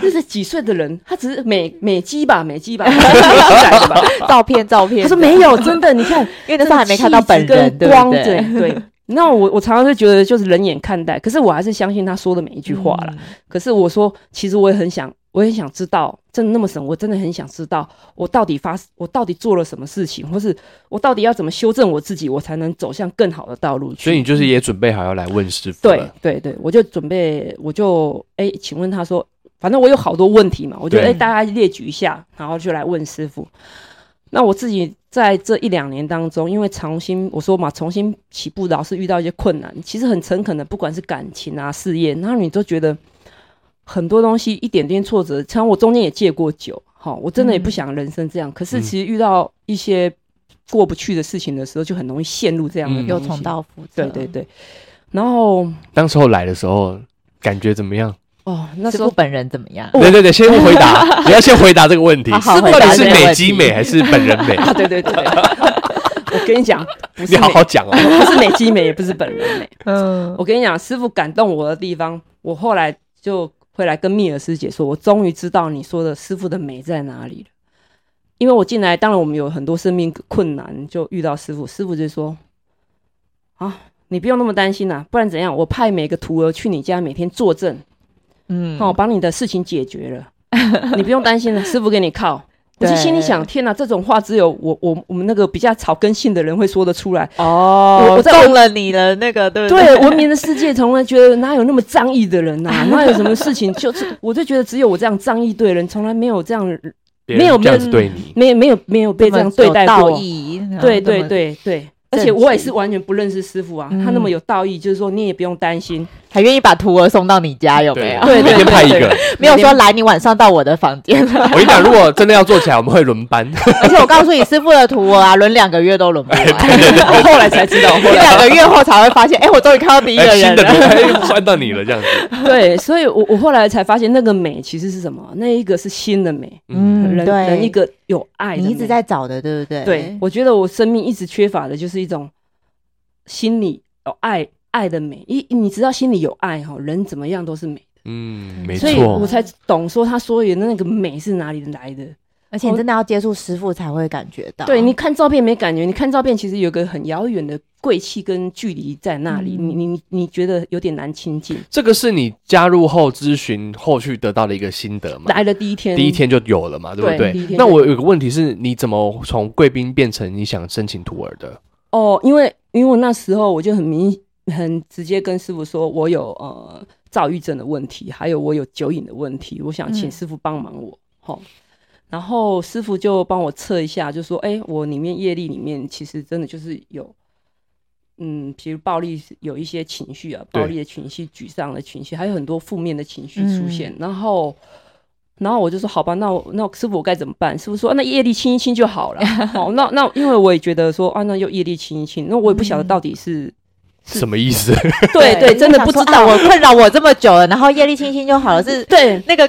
Speaker 4: 这是几岁的人？他只是美美肌吧，美肌吧，美肌 仔的吧。
Speaker 3: 照片照片，
Speaker 4: 他说没有，真的，你看，
Speaker 3: 因为那时候还没看到本
Speaker 4: 这个气
Speaker 3: 人，
Speaker 4: 质
Speaker 3: 对嗯
Speaker 4: 跟光
Speaker 3: 不对？
Speaker 4: 对对。那我我常常就觉得就是冷眼看待，可是我还是相信他说的每一句话啦。
Speaker 3: 嗯
Speaker 4: 可是我说，其实我也很想，我也想知道，真的那么神，我真的很想知道，我到底发，我到底做了什么事情，或是我到底要怎么修正我自己，我才能走向更好的道路去。
Speaker 2: 所以你就是也准备好要来问师傅
Speaker 4: 对
Speaker 2: 了。
Speaker 4: 对对，我就准备，我就哎，请问他说，反正我有好多问题嘛，我就
Speaker 2: 对
Speaker 4: 哎，大家列举一下，然后就来问师傅。那我自己在这一两年当中，因为重新我说嘛，重新起步老是遇到一些困难，其实很诚恳的，不管是感情啊、事业，然后你都觉得很多东西一点点挫折。像我中间也戒过酒，哈，我真的也不想人生这样。可是
Speaker 2: 嗯
Speaker 4: 其实遇到一些过不去的事情的时候，就很容易陷入这样的
Speaker 2: 嗯
Speaker 3: 有
Speaker 4: 东西
Speaker 3: 重蹈覆辙，
Speaker 4: 对对。对，然后
Speaker 2: 当时候来的时候感觉怎么样？
Speaker 4: 哦，那
Speaker 3: 师
Speaker 4: 时
Speaker 3: 傅
Speaker 4: 候
Speaker 3: 本人怎么样？
Speaker 4: 哦
Speaker 2: 对对对， 先回答，你要先回答这个问题，
Speaker 3: 哦好好
Speaker 2: 师傅
Speaker 3: 回
Speaker 2: 到
Speaker 3: 答
Speaker 2: 底是
Speaker 3: 这个
Speaker 2: 美
Speaker 3: 问
Speaker 2: 肌
Speaker 3: 题
Speaker 2: 美还是本人 美？
Speaker 4: 啊，对对对， 我跟你讲，不
Speaker 2: 你
Speaker 4: 是
Speaker 2: 好
Speaker 4: 美，
Speaker 2: 好讲哦。
Speaker 4: 不是美 肌美，也不是本人美。
Speaker 3: 嗯
Speaker 4: 我跟你讲，师傅感动我的地方，我后来就会来跟蜜尔师姐说，我终于知道你说的师傅的美在哪里了。因为我进来，当然我们有很多生命困难，就遇到师傅，师傅就说：“啊，你不用那么担心啦、不然怎样？我派每个徒儿去你家，每天作证，
Speaker 3: 嗯
Speaker 4: 哦，把你的事情解决了， 你不用担心了，师傅给你 靠。我就
Speaker 3: 对
Speaker 4: 心里想，天哪，这种话只有我我我们那个比较草根性的人会说得出 来。
Speaker 3: 哦，
Speaker 4: 我我在
Speaker 3: 动了你了，那个对不
Speaker 4: 对，文明的世界从来觉得哪有那么仗义的人呐、啊 哪有什么事情就是，我就觉得只有我这样仗义对人，从来没有这样
Speaker 2: 别人
Speaker 4: 没有
Speaker 2: 这样
Speaker 4: 没有
Speaker 2: 子对你，
Speaker 4: 没有没有没有被这样对待
Speaker 3: 这么有
Speaker 4: 过
Speaker 3: 道。义，
Speaker 4: 对
Speaker 3: 然后
Speaker 4: 对
Speaker 3: 这么，
Speaker 4: 对对，而
Speaker 3: 正
Speaker 4: 且我也
Speaker 3: 直
Speaker 4: 是完全不认识师傅啊，他那
Speaker 3: 嗯
Speaker 4: 么有道义，就是说你也不用担心。
Speaker 3: 还愿意把徒儿送到你家，有没有？
Speaker 4: 对
Speaker 2: 每
Speaker 4: 对
Speaker 2: 天派一
Speaker 4: 对
Speaker 2: 个。
Speaker 3: 没有说来，你晚上到我的房间。
Speaker 2: 我跟你讲，如果真的要做起来，我们会轮班。
Speaker 3: 而且我告诉你，师傅的徒儿啊，轮两个月都轮不完，
Speaker 4: 我后来才知道，后
Speaker 3: 就
Speaker 4: 来
Speaker 3: 两个月后才会发现，哎，我终于看到第一个
Speaker 2: 哎， 新
Speaker 3: 人
Speaker 2: 的轮
Speaker 3: 了。
Speaker 2: 哎，算到你了这样子。
Speaker 4: 对，所以我我后来才发现，那个美其实是什么？那一个是新的美，
Speaker 2: 嗯
Speaker 4: 人人一个有爱的美。
Speaker 3: 你一直在找的，对不对？
Speaker 4: 对，我觉得我生命一直缺乏的就是一种心里有爱爱的美。一你只要心里有爱哈，人怎么样都是美的。
Speaker 2: 嗯，没
Speaker 4: 所以我
Speaker 2: 错。
Speaker 4: 才懂说他说的那个美是哪里来的。
Speaker 3: 而且你真的要接触师傅才会感觉到。
Speaker 4: 对，你看照片没感觉，你看照片其实有个很遥远的贵气跟距离在那里，
Speaker 3: 嗯
Speaker 4: 你你你觉得有点难亲近。
Speaker 2: 这个是你加入后咨询后续得到的一个心得嘛？
Speaker 4: 来了第一天，
Speaker 2: 第一天就有了嘛，对不
Speaker 4: 对第一
Speaker 2: 对？
Speaker 4: 天
Speaker 2: 那
Speaker 4: 就
Speaker 2: 我有个问题是，你怎么从贵宾变成你想申请徒儿的？
Speaker 4: 哦，因为因为我那时候我就很明很直接跟师傅说，我有呃躁郁症的问题，还有我有酒瘾的问题，我想请
Speaker 3: 嗯
Speaker 4: 师傅帮忙我。好、然后师傅就帮我测一下，就说，哎，我里面业力里面其实真的就是有。嗯，比如暴力有一些情绪啊，
Speaker 2: 对
Speaker 4: 暴力的情绪、沮丧的情绪，还有很多负面的情绪出
Speaker 3: 嗯
Speaker 4: 现。然后，然后我就说好吧，那我那师傅我该怎么办？师傅说、啊那业力清一清就好了。哦，那那因为我也觉得说啊，那就业力清一清，那我也不晓得到底是、是
Speaker 2: 什么意 思？
Speaker 4: 对对，真的不知道。
Speaker 3: 我想说啊我困扰我这么久了，然后业力清心就好了，是
Speaker 4: 对
Speaker 3: 那个。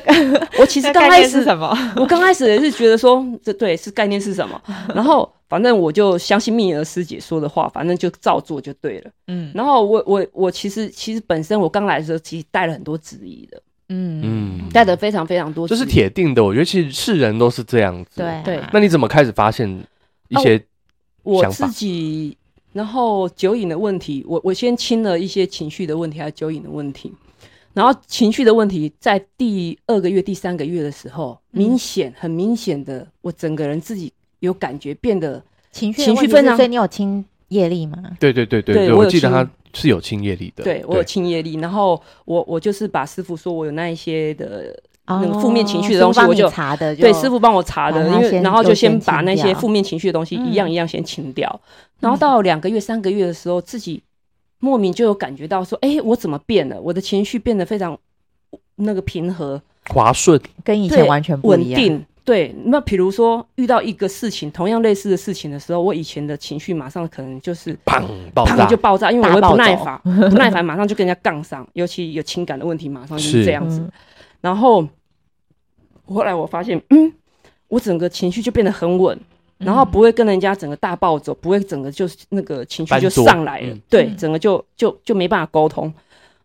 Speaker 4: 我其实刚
Speaker 3: 概
Speaker 4: 开
Speaker 3: 念
Speaker 4: 始
Speaker 3: 是什么？
Speaker 4: 我刚开始也是觉得说，这对是概念是什 么？然后反正我就相信蜜儿师姐说的话，反正就照做就对了。
Speaker 3: 嗯
Speaker 4: 然后我我我其实其实本身我刚来的时候，其实带了很多质疑的，
Speaker 3: 嗯，
Speaker 2: 嗯，
Speaker 4: 带了非常非常多质
Speaker 2: 这
Speaker 4: 疑，
Speaker 2: 是铁定的。我觉得其实是人都是这样子。
Speaker 3: 对啊
Speaker 4: 对哦
Speaker 2: 那你怎么开始发现一些？
Speaker 4: 我
Speaker 2: 想法
Speaker 4: 自己，然后酒瘾的问题，我我先清了一些情绪的问题，还有酒瘾的问题。然后情绪的问题，在第二个月、第三个月的时候，
Speaker 3: 嗯
Speaker 4: 明显、很明显的，我整个人自己有感觉变得
Speaker 3: 情绪
Speaker 4: 情
Speaker 3: 的问
Speaker 4: 绪
Speaker 3: 题
Speaker 4: 分
Speaker 3: 是
Speaker 4: 啊
Speaker 3: 所以你有清业力吗？
Speaker 2: 对对对对
Speaker 4: 对
Speaker 2: 对，
Speaker 4: 我
Speaker 2: 我
Speaker 4: 有
Speaker 2: 记得
Speaker 4: 亲
Speaker 2: 他是有清业力的，
Speaker 4: 对我有清业力，然后我我就是把师傅说我有那一些的，
Speaker 3: 哦，
Speaker 4: 那个负面情绪的东西
Speaker 3: 师傅帮
Speaker 4: 我就
Speaker 3: 你查的就，
Speaker 4: 对师傅帮我查的，
Speaker 3: 把它
Speaker 4: 因为
Speaker 3: 先
Speaker 4: 然后
Speaker 3: 优
Speaker 4: 就先
Speaker 3: 先
Speaker 4: 把
Speaker 3: 清
Speaker 4: 那些
Speaker 3: 掉
Speaker 4: 负面情绪的东西一样
Speaker 3: 嗯
Speaker 4: 一样先清掉，然后到两个月、三个月的时候，自己莫名就有感觉到说，哎，我怎么变了？我的情绪变得非常那个平和，
Speaker 2: 滑顺，
Speaker 3: 跟以
Speaker 4: 对
Speaker 3: 前完全不
Speaker 4: 稳
Speaker 3: 一样，
Speaker 4: 定。对，那比如说遇到一个事情，同样类似的事情的时候，我以前的情绪马上可能就是
Speaker 2: 砰爆
Speaker 4: 砰
Speaker 2: 炸
Speaker 4: 就，爆炸，因为我会
Speaker 3: 大
Speaker 4: 不
Speaker 3: 暴
Speaker 4: 耐
Speaker 3: 走
Speaker 4: 烦，不耐烦马上就跟人家杠上， 尤其有情感的问题，马上就是
Speaker 2: 是
Speaker 4: 这样子。
Speaker 3: 嗯
Speaker 4: 然后后来我发现，嗯，我整个情绪就变得很稳，然后不会跟人家整个大暴走，不会整个就是那个情绪
Speaker 2: 翻
Speaker 4: 就
Speaker 2: 桌
Speaker 4: 上来了，
Speaker 2: 嗯
Speaker 4: 对，
Speaker 3: 嗯
Speaker 4: 整个就就就没办法沟通。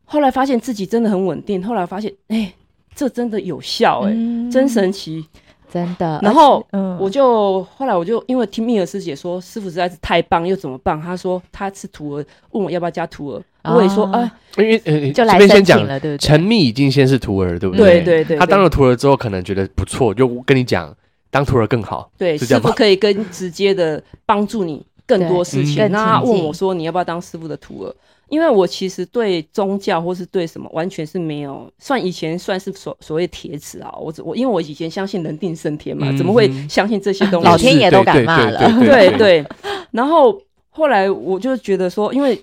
Speaker 4: 后来发现自己真的很稳定，后来发现，哎、这真的有效、哎、
Speaker 3: 嗯
Speaker 4: 真神奇。
Speaker 3: 真的。
Speaker 4: 然后
Speaker 3: 嗯
Speaker 4: 我就后来我就因为听蜜儿师姐说师傅实在是太棒，又怎么棒？她说她吃徒儿，问我要不要加徒儿，
Speaker 3: 啊
Speaker 4: 我也说哎，
Speaker 2: 因为呃
Speaker 3: 就
Speaker 2: 这
Speaker 3: 来
Speaker 2: 边
Speaker 3: 申
Speaker 2: 先讲
Speaker 3: 请，了，对不对？
Speaker 2: 陈密已经先是徒儿，对不
Speaker 4: 对
Speaker 2: 对
Speaker 4: 对对，
Speaker 2: 他当
Speaker 4: 对
Speaker 2: 了徒儿之后，可能觉得不错，就跟你讲，当徒儿更好，
Speaker 4: 对
Speaker 2: 是这
Speaker 4: 师
Speaker 2: 样
Speaker 4: 傅
Speaker 2: 吗？
Speaker 4: 可以跟直接的帮助你更多事情
Speaker 2: 对。
Speaker 3: 嗯
Speaker 4: 那他
Speaker 3: 更亲
Speaker 4: 问
Speaker 3: 近
Speaker 4: 我说你要不要当师傅的徒儿？因为我其实对宗教或是对什么完全是没有，算以前算是所所谓铁齿啊，我只我因为我以前相信人定胜天嘛，
Speaker 2: 嗯
Speaker 4: 怎么会
Speaker 2: 哼
Speaker 4: 相信这些东西？
Speaker 3: 老天爷都敢
Speaker 2: 对对
Speaker 3: 骂
Speaker 2: 对
Speaker 3: 了
Speaker 2: 对
Speaker 4: 对对。然后后来我就觉得说，因为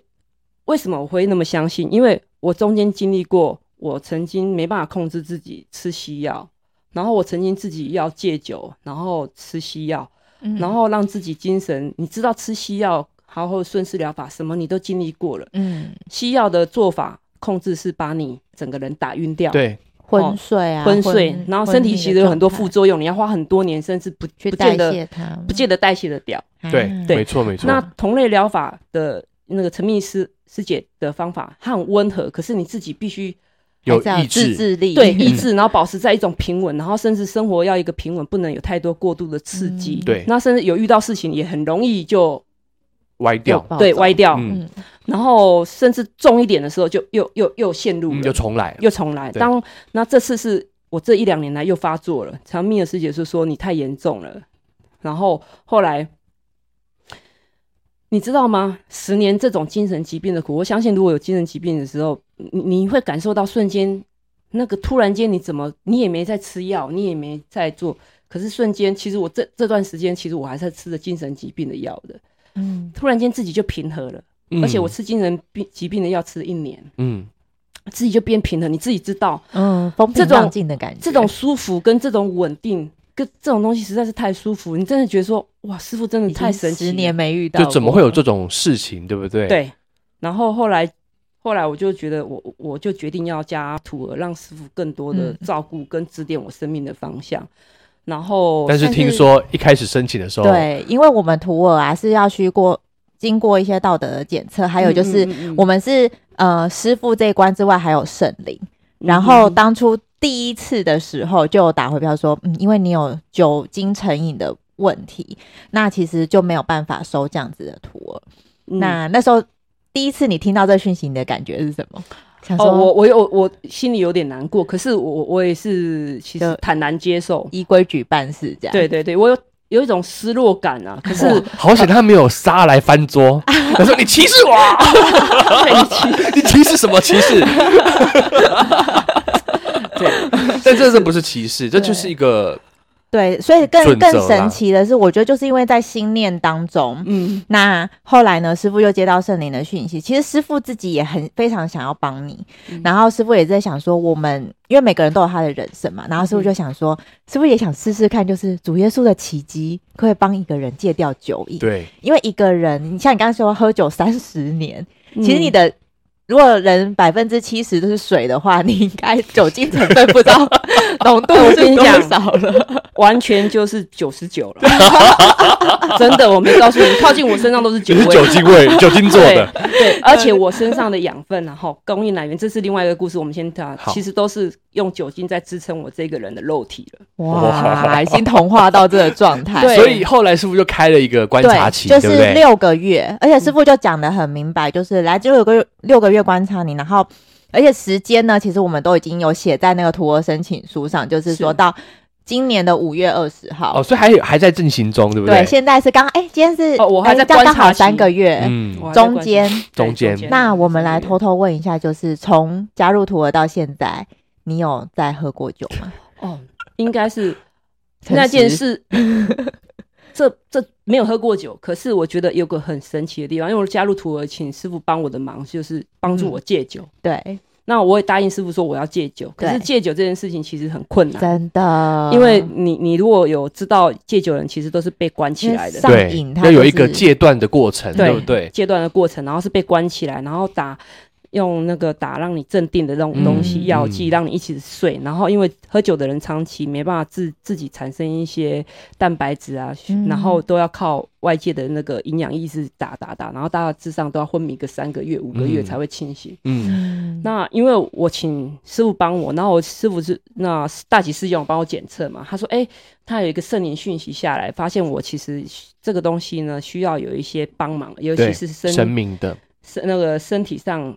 Speaker 4: 为什么我会那么相信？因为我中间经历过，我曾经没办法控制自己吃西药，然后我曾经自己要戒酒，然后吃西药，
Speaker 3: 嗯
Speaker 4: 然后让自己精神，你知道吃西药，然后顺势疗法什么你都经历过了。
Speaker 3: 嗯，
Speaker 4: 西药的做法控制是把你整个人打晕掉。。
Speaker 2: 对，
Speaker 3: 昏睡啊，
Speaker 4: 哦昏睡，然后身体其实有很多副
Speaker 3: 作
Speaker 4: 作用，你要花很多年，甚至不
Speaker 3: 去
Speaker 4: 不
Speaker 3: 代
Speaker 4: 见得
Speaker 3: 谢它，
Speaker 4: 不见得代谢得掉。
Speaker 3: 啊
Speaker 2: 对，
Speaker 4: 对
Speaker 2: 没错没错。
Speaker 4: 那同类疗法的那个陈密师师姐的方法，它很温和，可是你自己必须
Speaker 2: 有
Speaker 3: 还是要
Speaker 2: 意
Speaker 3: 自
Speaker 2: 志，
Speaker 3: 制力，
Speaker 4: 对抑制，然后保持在一种平稳，然后甚至生活要一个平稳，不能有太多过度的刺激。
Speaker 3: 嗯
Speaker 2: 对
Speaker 4: 那甚至有遇到事情也很容易就
Speaker 2: 歪掉，
Speaker 3: 暴
Speaker 4: 对
Speaker 3: 走
Speaker 4: 歪掉，
Speaker 2: 嗯
Speaker 3: 嗯
Speaker 4: 然后甚至重一点的时候就又又又陷入了，
Speaker 2: 嗯，就重来了。
Speaker 4: 又重来。
Speaker 2: 对
Speaker 4: 当那这次是我这一两年来又发作了，长命的师姐是说你太严重了，然后后来。你知道吗？十年这种精神疾病的苦，我相信如果有精神疾病的时候，你你会感受到瞬间那个突然间你怎么你也没在吃药，你也没在做，可是瞬间其实我这这段时间其实我还在吃着精神疾病的药的，
Speaker 3: 嗯
Speaker 4: 突然间自己就平和了，
Speaker 2: 嗯
Speaker 4: 而且我吃精神病疾病的药吃了一年，
Speaker 2: 嗯，
Speaker 4: 自己就变平衡，你自己知道
Speaker 3: 嗯，风平
Speaker 4: 这种
Speaker 3: 浪静的感觉，
Speaker 4: 这种舒服跟这种稳定跟这种东西实在是太舒服，你真的觉得说哇，师傅真的
Speaker 3: 已经
Speaker 4: 太神奇了，
Speaker 3: 十年没遇到
Speaker 2: 就
Speaker 3: 过，
Speaker 2: 怎么会有这种事情，对不对？，
Speaker 4: 对。然后后来后来我就觉得我我我就决定要加徒儿，让师傅更多的
Speaker 3: 嗯
Speaker 4: 照顾跟指点我生命的方向。然后
Speaker 2: 但是
Speaker 3: 但
Speaker 2: 听
Speaker 3: 是
Speaker 2: 说一开始申请的时候，
Speaker 3: 对，因为我们徒儿啊是要去过经过一些道德的检测，还有就是
Speaker 4: 嗯嗯嗯嗯
Speaker 3: 我们是呃师傅这一关之外还有圣灵，然
Speaker 4: 嗯
Speaker 3: 后当初第一次的时候就有打回票说，嗯，因为你有酒精成瘾的问题，那其实就没有办法收这样子的徒儿。
Speaker 4: 嗯
Speaker 3: 那那时候第一次你听到这讯息，你的感觉是什么？想
Speaker 4: 哦，我
Speaker 3: 说
Speaker 4: 我有我心里有点难过，可是我我我也是其实
Speaker 3: 就
Speaker 4: 坦然接受。
Speaker 3: 依规矩办事这样，
Speaker 4: 对对对，我有有一种失落感啊， 可是
Speaker 2: 哇，哦好险他没有杀来翻桌，他说你歧视我啊， 你歧视什么歧视？对，但这这不是歧视，这就是一 个
Speaker 3: 对，所以更
Speaker 2: 准则啦
Speaker 3: 更神奇的是，我觉得就是因为在心念当中，
Speaker 4: 嗯，
Speaker 3: 那后来呢，师傅又接到圣灵的讯息。其实师傅自己也很非常想要帮你，然后师傅也在想说，我们因为每个人都有他的人生嘛，然后师傅就想说，师傅也想试试看，就是主耶稣的奇迹可不可以帮一个人戒掉酒瘾。
Speaker 2: 对，
Speaker 3: 因为一个人，你像你刚刚说喝酒三十年，
Speaker 4: 嗯
Speaker 3: 其实你的。如果人百分之七十都是水的话，你应该酒精成分不知道浓度
Speaker 4: 我跟
Speaker 3: 是
Speaker 4: 你
Speaker 3: 多
Speaker 4: 讲
Speaker 3: 少了。
Speaker 4: 完全就是九十九了， 真的，我没告诉你，靠近我身上都是酒
Speaker 2: 就是
Speaker 4: 味。
Speaker 2: 酒精 味，酒精做的，
Speaker 4: 对对，而且我身上的养分然后供应来源，这是另外一个故事，我们先谈。
Speaker 2: 好
Speaker 4: 其实都是用酒精在支撑我这个人的肉体了。
Speaker 3: 哇，已经同化到这个状态。
Speaker 4: 对
Speaker 2: 所以后来师傅就开了一个观
Speaker 3: 对，
Speaker 2: 察期，
Speaker 3: 就
Speaker 2: 对不
Speaker 3: 是
Speaker 2: 对？
Speaker 3: 六个月，
Speaker 4: 嗯
Speaker 3: 而且师傅就讲的很明白，就是来这六个月六个月观察你，然后而且时间呢，其实我们都已经有写在那个徒儿申请书上，就是说
Speaker 4: 是
Speaker 3: 到。今年的五月二十号。
Speaker 2: 哦，所以还有还在进行中，对不
Speaker 3: 对，现在是刚哎，今天是
Speaker 4: 哦我还
Speaker 3: 哎
Speaker 4: 在
Speaker 3: 刚
Speaker 4: 观察
Speaker 3: 刚好
Speaker 4: 期
Speaker 3: 三个月，
Speaker 2: 嗯，
Speaker 4: 我还在
Speaker 3: 中
Speaker 4: 观察
Speaker 3: 间。
Speaker 4: 对
Speaker 2: 中间
Speaker 3: 那我们来偷偷问一下，就是从加入徒儿到现在，你有在喝过酒吗？
Speaker 4: 哦，应该是
Speaker 3: 诚
Speaker 4: 那件
Speaker 3: 实
Speaker 4: 事， 这这没有喝过酒，可是我觉得有个很神奇的地方，因为我加入土耳请师傅帮我的忙，就是帮助
Speaker 2: 嗯
Speaker 4: 我戒酒。
Speaker 3: 对，
Speaker 4: 那我也答应师傅说我要戒酒，可是
Speaker 3: 对呃
Speaker 4: 戒酒这件事情其实很困难，
Speaker 3: 真的，
Speaker 4: 因为你你如果有知道戒酒人，其实都是被关起来
Speaker 3: 因为
Speaker 4: 的。
Speaker 3: 上
Speaker 2: 对
Speaker 3: 瘾，它
Speaker 2: 要有一
Speaker 3: 就
Speaker 2: 个
Speaker 3: 是
Speaker 2: 戒断的过程，对不对？
Speaker 4: 戒断的过程，然后是被关起来，然后打用那个打让你镇定的那种东西
Speaker 3: 嗯
Speaker 4: 药剂，
Speaker 2: 嗯
Speaker 4: 让你一起睡。然后因为喝酒的人长期没办法自自己产生一些蛋白质啊，
Speaker 3: 嗯
Speaker 4: 然后都要靠外界的那个营养意识打打打，然后大致上都要昏迷个三个月五个月
Speaker 2: 嗯
Speaker 4: 才会清醒。
Speaker 2: 嗯，
Speaker 3: 嗯
Speaker 4: 那因为我请师傅帮我，然后我师傅是那大吉师兄帮我检测嘛，他说，哎、他有一个圣灵讯息下来，发现我其实这个东西呢需要有一些帮忙，尤其
Speaker 2: 对
Speaker 4: 是身
Speaker 2: 神明的
Speaker 4: 身那个身体上，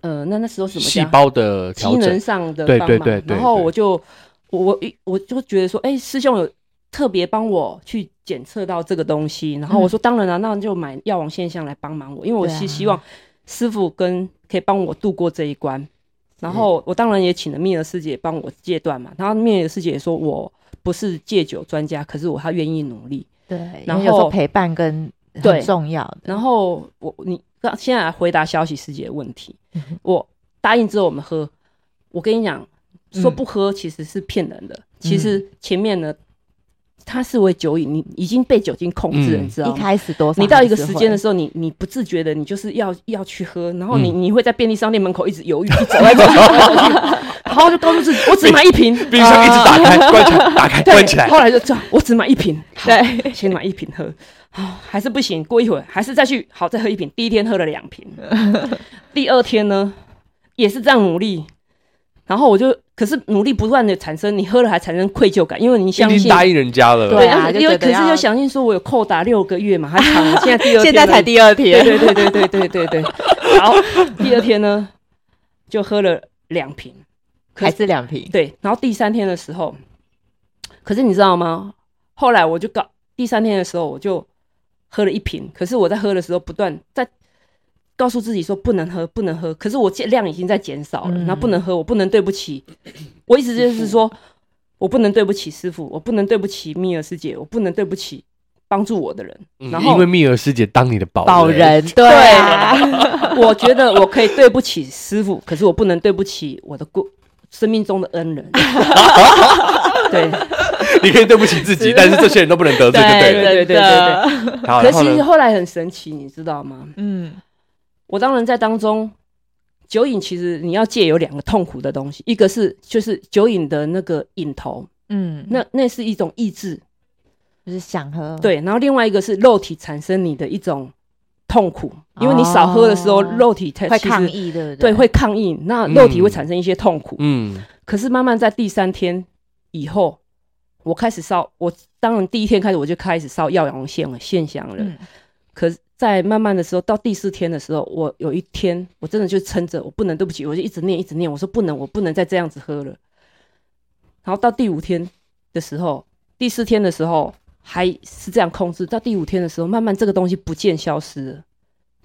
Speaker 4: 呃，那那时候是怎么
Speaker 2: 细
Speaker 4: 讲？
Speaker 2: 胞的
Speaker 4: 机
Speaker 2: 调
Speaker 4: 能
Speaker 2: 整，
Speaker 4: 上的
Speaker 2: 对
Speaker 4: 帮
Speaker 2: 对
Speaker 4: 忙。
Speaker 2: 对对
Speaker 4: 然后
Speaker 2: 对
Speaker 4: 我就我我我就觉得说，哎、师兄有特别帮我去检测到这个东西，然
Speaker 2: 嗯
Speaker 4: 后我说当然了、那就买药王现象来帮忙我，因为我
Speaker 3: 对啊
Speaker 4: 是希望师傅跟可以帮我度过这一关。
Speaker 2: 嗯
Speaker 4: 然后我当然也请了密尔师姐帮我戒断嘛，然后密尔师姐也说我不是戒酒专家，可是我她愿意努力。
Speaker 3: 对，
Speaker 4: 然
Speaker 3: 然后有时候
Speaker 4: 后
Speaker 3: 陪伴跟很
Speaker 4: 对
Speaker 3: 重要的，
Speaker 4: 然后我你刚现在来回答消息师姐的问题
Speaker 3: 嗯哼，
Speaker 4: 我答应之后我们喝，我跟你讲，
Speaker 3: 嗯
Speaker 4: 说不喝其实是骗人的。其实前面呢，他是为酒瘾，你已经被酒精控制了，
Speaker 2: 嗯
Speaker 4: 你知道
Speaker 3: 一
Speaker 4: 吗？
Speaker 3: 开始多少
Speaker 4: 你到一个时
Speaker 3: 还是
Speaker 4: 间的
Speaker 3: 会
Speaker 4: 时候，你你不自觉的，你就是要要去喝，然后你、
Speaker 2: 嗯
Speaker 4: 你会在便利商店门口一 直犹豫，一直走来走去，走来走去然后就告诉自己，我只买 一瓶，
Speaker 2: 冰箱一直打开、关起来、打开、关起
Speaker 4: 对，
Speaker 2: 来，
Speaker 4: 后来就这样，我只买一瓶，好
Speaker 3: 对，
Speaker 4: 先买一瓶喝，啊，还是不行，过一会儿还是再去，好，再喝一瓶。第一天喝了两 瓶，第二天呢也是这样努力，然后我就可是努力不断的产生，你喝了还产生愧疚感，因为你相
Speaker 2: 已经
Speaker 4: 信。
Speaker 2: 答应人家了，
Speaker 3: 对啊
Speaker 4: 而且
Speaker 3: 就
Speaker 4: 因为
Speaker 3: 觉得
Speaker 4: 可是
Speaker 3: 要
Speaker 4: 又相信说，我有扣打六个月嘛，还长了，现在第二天
Speaker 3: 现在
Speaker 4: 了
Speaker 3: 才第二
Speaker 4: 对
Speaker 3: 天，
Speaker 4: 对对对对对对对。好，第二天呢，就喝了两瓶，可
Speaker 3: 还是两瓶，
Speaker 4: 对，然后第三天的时候，可是你知道吗？后来我就搞第三天的时候，我就喝了一瓶，可是我在喝的时候不断在告诉自己说不能喝，不能喝，可是我量已经在减少了，
Speaker 3: 嗯
Speaker 4: 然后不能喝，我不能对不起，我一直就是说我不能对不起师傅，我不能对不起米尔师姐，我不能对不起帮助我的人，
Speaker 2: 嗯
Speaker 4: 然后
Speaker 2: 因为蜜儿师姐当你的保
Speaker 3: 保人对啊，
Speaker 4: 我觉得我可以对不起师傅，可是我不能对不起我的过生命中的恩 人。 对
Speaker 2: 你可以对不起自己，但是这些人都不能得罪，对不
Speaker 4: 对啊对对对对。
Speaker 2: 对？好，
Speaker 4: 可
Speaker 2: 然后
Speaker 4: 是
Speaker 2: 呢？
Speaker 4: 后来很神奇，你知道吗？
Speaker 3: 嗯，
Speaker 4: 我当然在当中，酒瘾其实你要戒有两个痛苦的东西，一个是就是酒瘾的那个瘾头，
Speaker 3: 嗯，
Speaker 4: 那那是一种意志，
Speaker 3: 就是想喝，
Speaker 4: 对，然后另外一个是肉体产生你的一种痛苦，因为你少喝的时候，
Speaker 3: 哦
Speaker 4: 肉体它
Speaker 3: 会
Speaker 4: 其
Speaker 3: 抗
Speaker 4: 实。
Speaker 3: 议，对不
Speaker 4: 对，
Speaker 3: 对，
Speaker 4: 会抗议，那肉体
Speaker 2: 嗯
Speaker 4: 会产生一些痛苦。
Speaker 2: 嗯，
Speaker 4: 可是慢慢在第三天以后，我开始烧，我当然第一天开始我就开始烧耀阳线了，线香了。
Speaker 3: 嗯
Speaker 4: 可是，在慢慢的时候，到第四天的时候，我有一天我真的就撑着，我不能，对不起，我就一直念，一直念，我说不能，我不能再这样子喝了。然后到第五天的时候，第四天的时候还是这样控制，到第五天的时候，慢慢这个东西不见消失了。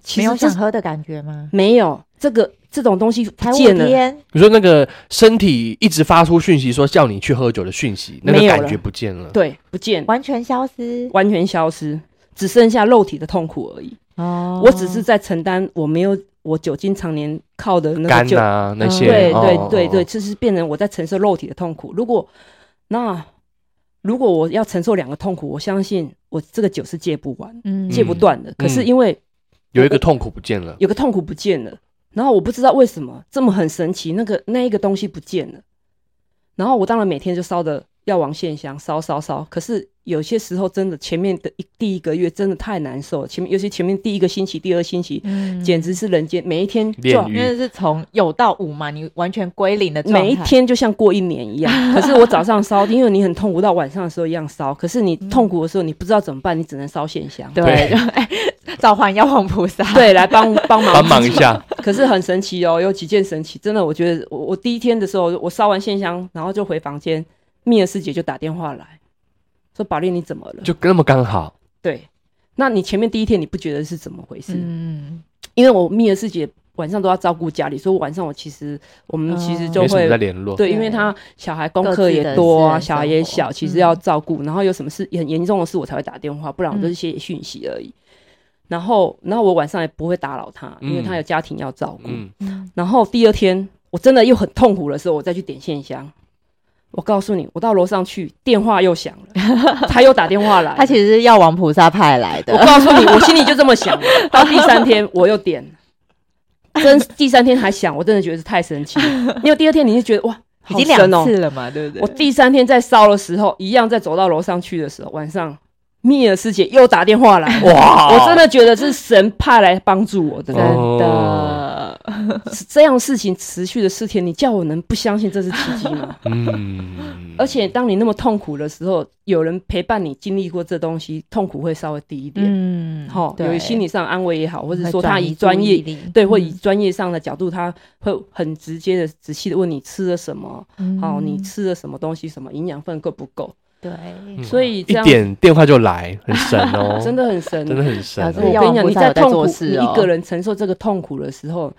Speaker 4: 其
Speaker 3: 没
Speaker 4: 实
Speaker 3: 有
Speaker 4: 这
Speaker 3: 想喝的感觉吗？
Speaker 4: 没有这个这种东西不
Speaker 3: 才五
Speaker 4: 见了，
Speaker 3: 天，
Speaker 2: 你说那个身体一直发出讯息，说叫你去喝酒的讯息，那个
Speaker 4: 没有
Speaker 2: 感
Speaker 4: 了
Speaker 2: 觉不见了。
Speaker 4: 对，不见了，
Speaker 3: 完全消失
Speaker 4: 完全消失，只剩下肉体的痛苦而已。
Speaker 3: 哦
Speaker 4: 我只是在承担我没有我酒精常年靠的那个
Speaker 2: 肝
Speaker 4: 酒，
Speaker 2: 啊那些，
Speaker 4: 对
Speaker 2: 哦
Speaker 4: 对对对，，就是变成我在承受肉体的痛苦。如果那如果我要承受两个痛苦，我相信我这个酒是戒不完、
Speaker 3: 嗯
Speaker 4: 戒不断的。可是因为
Speaker 2: 有一个痛苦不见了。
Speaker 4: 有个痛苦不见了，然后我不知道为什么这么很神奇，那个那一个东西不见了。然后我当然每天就烧的药王线香，烧烧烧。可是有些时候真的前面的一第一个月真的太难受了，前面尤其前面第一个星期、第二星期，
Speaker 3: 嗯
Speaker 4: 简直是人间，每一天就
Speaker 2: 炼
Speaker 4: 好
Speaker 2: 狱
Speaker 3: 因为是从有到无嘛，你完全归零的状态，
Speaker 4: 每一天就像过一年 一样。可是我早上烧，因为你很痛苦，到晚上的时候一样烧。可是你痛苦的时候，你不知道怎么办，你只能烧线香。
Speaker 3: 对，
Speaker 2: 对
Speaker 3: 就哎召唤药王菩萨，
Speaker 4: 对，来帮 帮忙
Speaker 2: 帮忙一下，
Speaker 4: 可是很神奇哦，有几件神奇，真的，我觉得我我第一天的时候，我烧完线香，然后就回房间，蜜儿师姐就打电话来说：“宝莉，你怎么了
Speaker 2: 就那么刚好，？”
Speaker 4: 对，那你前面第一天你不觉得是怎么回事？
Speaker 3: 嗯，
Speaker 4: 因为我蜜儿师姐晚上都要照顾家里，所以晚上我其实我们其实
Speaker 3: 哦
Speaker 4: 就
Speaker 2: 没什么
Speaker 4: 会
Speaker 2: 在联络。
Speaker 4: 对，
Speaker 3: 对
Speaker 4: 因为他小孩功
Speaker 3: 各
Speaker 4: 课
Speaker 3: 自
Speaker 4: 也
Speaker 3: 的
Speaker 4: 多
Speaker 3: 私
Speaker 4: 啊，
Speaker 3: 人
Speaker 4: 小孩
Speaker 3: 生
Speaker 4: 也
Speaker 3: 活
Speaker 4: 小，其
Speaker 3: 嗯
Speaker 4: 实要照顾。然后有什么事很严重的事，我才会打电话，不然我
Speaker 3: 嗯
Speaker 4: 都是写讯息而已。然后，然后我晚上也不会打扰他，因为他
Speaker 2: 嗯
Speaker 4: 有家庭要照顾。
Speaker 2: 嗯，
Speaker 4: 然后第二天我真的又很痛苦的时候，我再去点线香。我告诉你，我到楼上去，电话又响了，他又打电话来了。
Speaker 3: 他其实是药王菩萨派来
Speaker 4: 我
Speaker 3: 的，
Speaker 4: 告诉你，我心里就这么想。到第三天我又点，真第三天还想，我真的觉得是太神奇了。因为第二天你就觉得哇，
Speaker 3: 已
Speaker 4: 好
Speaker 3: 经
Speaker 4: 深哦
Speaker 3: 两、次了嘛，对不
Speaker 4: 我
Speaker 3: 对？
Speaker 4: 第三天在烧的时候，一样在走到楼上去的时候，晚上蜜儿师姐又打电话来，
Speaker 2: 哇
Speaker 4: 我真的觉得是神派来帮助我的。
Speaker 3: 真
Speaker 2: 哦
Speaker 3: 的，
Speaker 4: 是这样事情持续了四天，你叫我能不相信这是奇迹 吗？
Speaker 2: 嗯，
Speaker 4: 而且当你那么痛苦的时候，有人陪伴你经历过这东西，痛苦会稍微低一点。
Speaker 3: 嗯
Speaker 4: 好、
Speaker 3: 对嗯
Speaker 4: 有心理上安慰也好，或者
Speaker 3: 会
Speaker 4: 说
Speaker 3: 转
Speaker 4: 他
Speaker 3: 移
Speaker 4: 以专
Speaker 3: 注
Speaker 4: 业
Speaker 3: 意力
Speaker 4: 对，或以专业上的角度，他会很直接的、仔细的问你吃了什么，
Speaker 3: 嗯
Speaker 4: 好、你吃了什么东西，什么营养分够不够，
Speaker 3: 对，
Speaker 4: 所以
Speaker 2: 嗯
Speaker 4: 这
Speaker 2: 一
Speaker 4: 样，
Speaker 2: 点电话就来，很神哦
Speaker 4: 真的很神，
Speaker 2: 真的很神
Speaker 3: 老
Speaker 2: 哦。
Speaker 3: 师
Speaker 4: 我
Speaker 3: 要
Speaker 4: 跟你讲，
Speaker 3: 不
Speaker 4: 你
Speaker 3: 再
Speaker 4: 在
Speaker 3: 有在
Speaker 4: 痛
Speaker 3: 做
Speaker 4: 苦，
Speaker 3: 事
Speaker 4: 你
Speaker 3: 哦
Speaker 4: 一个人承受这个痛苦的时候，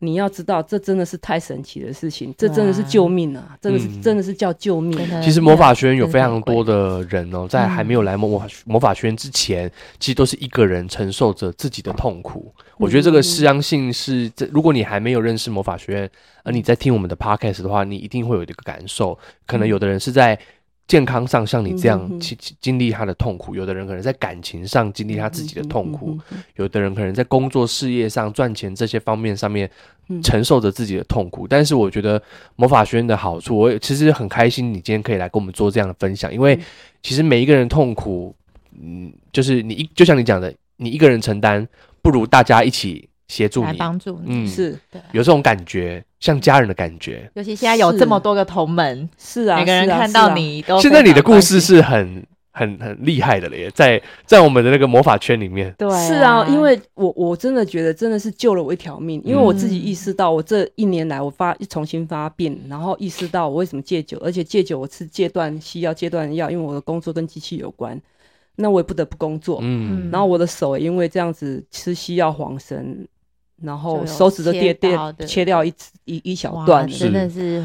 Speaker 4: 你要知道，这真的是太神奇的事情，这真的是
Speaker 3: 对啊
Speaker 4: 救命啊！真的是、
Speaker 2: 嗯
Speaker 4: 真的是叫救命。
Speaker 3: 真的
Speaker 2: 其实魔法学院有非常多
Speaker 3: 真
Speaker 2: 的人哦，在还没
Speaker 4: 嗯
Speaker 2: 有来魔法魔法学院之前，其实都是一个人承受着自己的痛苦。我觉得这
Speaker 4: 嗯
Speaker 2: 个适当性是，这如果你还没有认识魔法学院，而你在听我们的 podcast 的话，你一定会有一个感受。可能有的人是在健康上像你这样
Speaker 4: 嗯嗯哼哼
Speaker 2: 经经经历他的痛苦，有的人可能在感情上经历他自己的痛苦，
Speaker 4: 嗯，嗯
Speaker 2: 有的人可能在工作、事业上、赚钱这些方面上面
Speaker 4: 嗯
Speaker 2: 承受着自己的痛苦。但是我觉得魔法学院的好处，我也其实很开心你今天可以来跟我们做这样的分享，因为
Speaker 4: 嗯
Speaker 2: 其实每一个人痛苦，嗯，就是你一就像你讲的，你一个人承担，不如大家一起协助
Speaker 3: 来
Speaker 2: 你，
Speaker 3: 帮助
Speaker 2: 嗯
Speaker 3: 你，
Speaker 4: 是
Speaker 3: 对
Speaker 2: 有这种感觉，像家人的感觉。
Speaker 3: 尤其现在有
Speaker 4: 是
Speaker 3: 这么多个同门，
Speaker 4: 是啊，
Speaker 3: 每个人
Speaker 4: 是啊
Speaker 3: 看到，
Speaker 4: 是啊
Speaker 3: 你都
Speaker 2: 现在你的故
Speaker 3: 非
Speaker 2: 事是很很很厉害的了耶，在在我们的那个魔法圈里面，
Speaker 3: 常关心
Speaker 4: 是
Speaker 3: 对
Speaker 4: 啊，因为我我真的觉得真的是救了我一条命，因为
Speaker 2: 嗯
Speaker 4: 我自己意识到，我这一年来我发重新发病，然后意识到我为什么戒酒，而且戒酒我吃戒断西药、戒断药，因为我的工作跟机器有关，那我也不得不工作，
Speaker 2: 嗯
Speaker 3: 嗯
Speaker 4: 然后我的手也因为这样子吃西药黄神，然后
Speaker 3: 就有
Speaker 4: 手指都跌
Speaker 3: 切
Speaker 4: 跌
Speaker 3: 到的
Speaker 4: 切掉一一一小
Speaker 3: 哇
Speaker 4: 段了。
Speaker 2: 是
Speaker 3: 真的是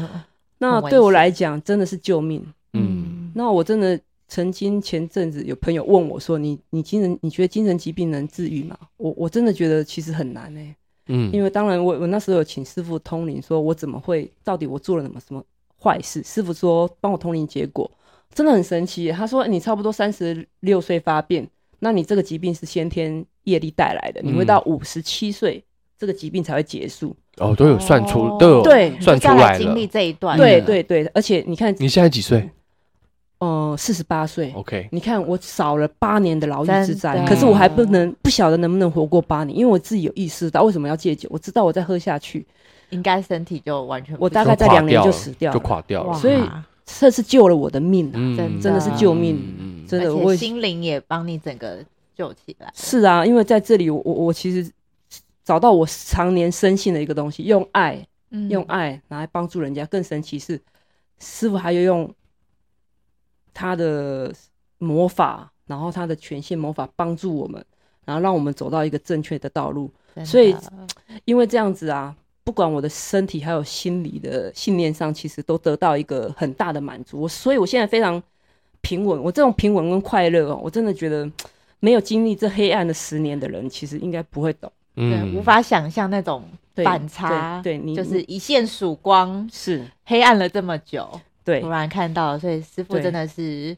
Speaker 4: 那
Speaker 3: 很危
Speaker 4: 对我
Speaker 3: 险
Speaker 4: 来讲真的是救命。
Speaker 2: 嗯。
Speaker 4: 那我真的曾经前阵子有朋友问我说：“你你精神你觉得精神疾病能治愈吗？”我我真的觉得其实很难欸呢、
Speaker 2: 嗯，
Speaker 4: 因为当然我我那时候有请师傅通灵，说我怎么会到底我做了什么什么坏事？师傅说帮我通灵结果，真的很神奇耶。他说欸你差不多三十六岁发病，那你这个疾病是先天业力带来的，你会
Speaker 2: 嗯
Speaker 4: 到五十七岁这个疾病才会结束。
Speaker 2: 哦，都有算出，
Speaker 3: 哦
Speaker 2: 都有
Speaker 4: 对
Speaker 2: 算
Speaker 3: 就
Speaker 2: 出
Speaker 3: 再
Speaker 2: 来
Speaker 3: 经
Speaker 2: 了。
Speaker 3: 历这一段，
Speaker 4: 对，对对，而且你看，
Speaker 2: 你现在几岁
Speaker 4: 呃，四十八岁。
Speaker 2: ？OK，
Speaker 4: 你看，我少了八年的牢狱之灾
Speaker 3: 真，的
Speaker 4: 可是我还不能不晓得能不能活过八年，因为我自己有意识到为什么要戒酒，我知道我再喝下去，
Speaker 3: 应该身体就完全不
Speaker 4: 我大
Speaker 3: 行
Speaker 4: 概在两年
Speaker 2: 就
Speaker 4: 就
Speaker 2: 垮
Speaker 4: 死掉
Speaker 2: 就
Speaker 4: 了
Speaker 2: 垮掉了。
Speaker 3: 哇
Speaker 4: 所以这是救了我的命啊！
Speaker 2: 嗯
Speaker 3: 真
Speaker 4: 真的是救命
Speaker 2: 嗯
Speaker 4: 真
Speaker 3: 而
Speaker 4: 的，
Speaker 3: 且
Speaker 4: 我也
Speaker 3: 心灵也帮你整个救起来，
Speaker 4: 是啊，因为在这里我，我我其实找到我常年深信的一个东西，用爱，
Speaker 3: 嗯
Speaker 4: 用啊爱拿来帮助人家。更神奇是，师傅还有用他的魔法，然后他的权限魔法帮助我们，然后让我们走到一个正确的道路。
Speaker 3: 真
Speaker 4: 所以
Speaker 3: 的
Speaker 4: 因为这样子啊，不管我的身体还有心理的信念上，其实都得到一个很大的满足。我所以，我现在非常平稳。我这种平稳跟快乐哦，我真的觉得没有经历这黑暗的十年的人，其实应该不会懂。
Speaker 3: 对
Speaker 2: 嗯
Speaker 3: 无法想象那种
Speaker 4: 对
Speaker 3: 反差，
Speaker 4: 对对你
Speaker 3: 就是一线曙光，
Speaker 4: 是
Speaker 3: 黑暗了这么久，
Speaker 4: 对
Speaker 3: 突，然看到，所以师傅
Speaker 4: 对
Speaker 3: 真的是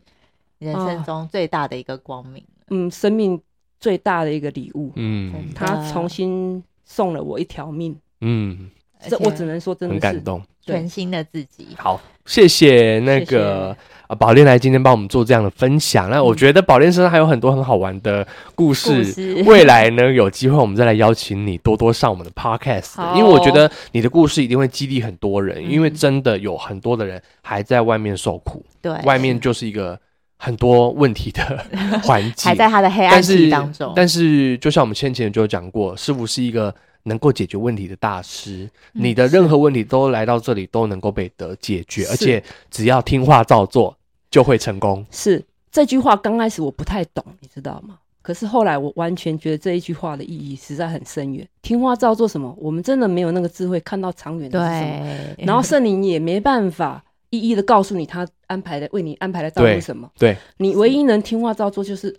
Speaker 3: 人生中最大的一个光明，
Speaker 4: 嗯，生命最大的一个礼物，
Speaker 2: 嗯
Speaker 3: 真的
Speaker 4: 他重新送了我一条命。
Speaker 2: 嗯，
Speaker 3: 而
Speaker 4: 这
Speaker 3: 且
Speaker 4: 我只能说，真
Speaker 2: 很
Speaker 4: 的
Speaker 2: 感
Speaker 4: 是
Speaker 2: 动。
Speaker 4: 对
Speaker 3: 全新的自己，
Speaker 2: 好，谢谢那个啊宝莲来今天帮我们做这样的分享。那我觉得宝莲身上还有很多很好玩的故
Speaker 3: 故
Speaker 2: 事。
Speaker 3: 事
Speaker 2: 未来呢，有机会我们再来邀请你多多上我们的 podcast，
Speaker 4: 好
Speaker 2: 因为我觉得你的故事一定会激励很多人，因为真的有很多的人还在外面受苦，
Speaker 3: 对
Speaker 2: 外面就是一个很多问题的 环境，
Speaker 3: 还在他的黑暗
Speaker 2: 但是
Speaker 3: 期当中，
Speaker 2: 但是，就像我们先前就有讲过，师傅是一个能够解决问题的大师，你的任何问题都来到这里都能够被得解决，
Speaker 4: 是
Speaker 2: 而且只要听话照做就会成功。
Speaker 4: 是这句话刚开始我不太懂，你知道吗？可是后来我完全觉得这一句话的意义实在很深远。听话照做什么？我们真的没有那个智慧看到长远的是什么。
Speaker 3: 对，
Speaker 4: 然后圣灵也没办法一一的告诉你他安排的为你安排的照顾
Speaker 2: 对
Speaker 4: 什么。
Speaker 2: 对，
Speaker 4: 你唯一能听话照做就是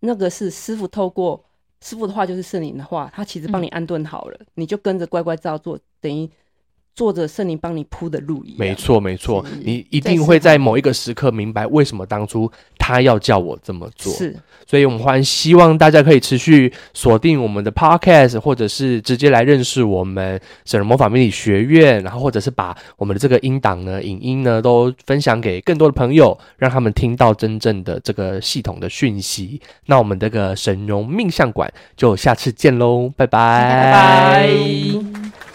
Speaker 4: 那个是师傅透过师傅的话就是圣灵的话，他其实帮你安顿好了，你就跟着乖乖照做，等于做着圣灵帮你铺的路一样。
Speaker 2: 没错，没错
Speaker 4: 是，
Speaker 2: 你一定会在某一个时刻明白为什么当初他要叫我这么做。
Speaker 4: 是
Speaker 2: 所以我们欢希望大家可以持续锁定我们的 podcast，或者是直接来认识我们省人魔法命理学院，然后或者是把我们的这个音档呢、影音呢都分享给更多的朋友，让他们听到真正的这个系统的讯息。那我们这个神农命相馆就下次见喽，拜拜
Speaker 4: 拜拜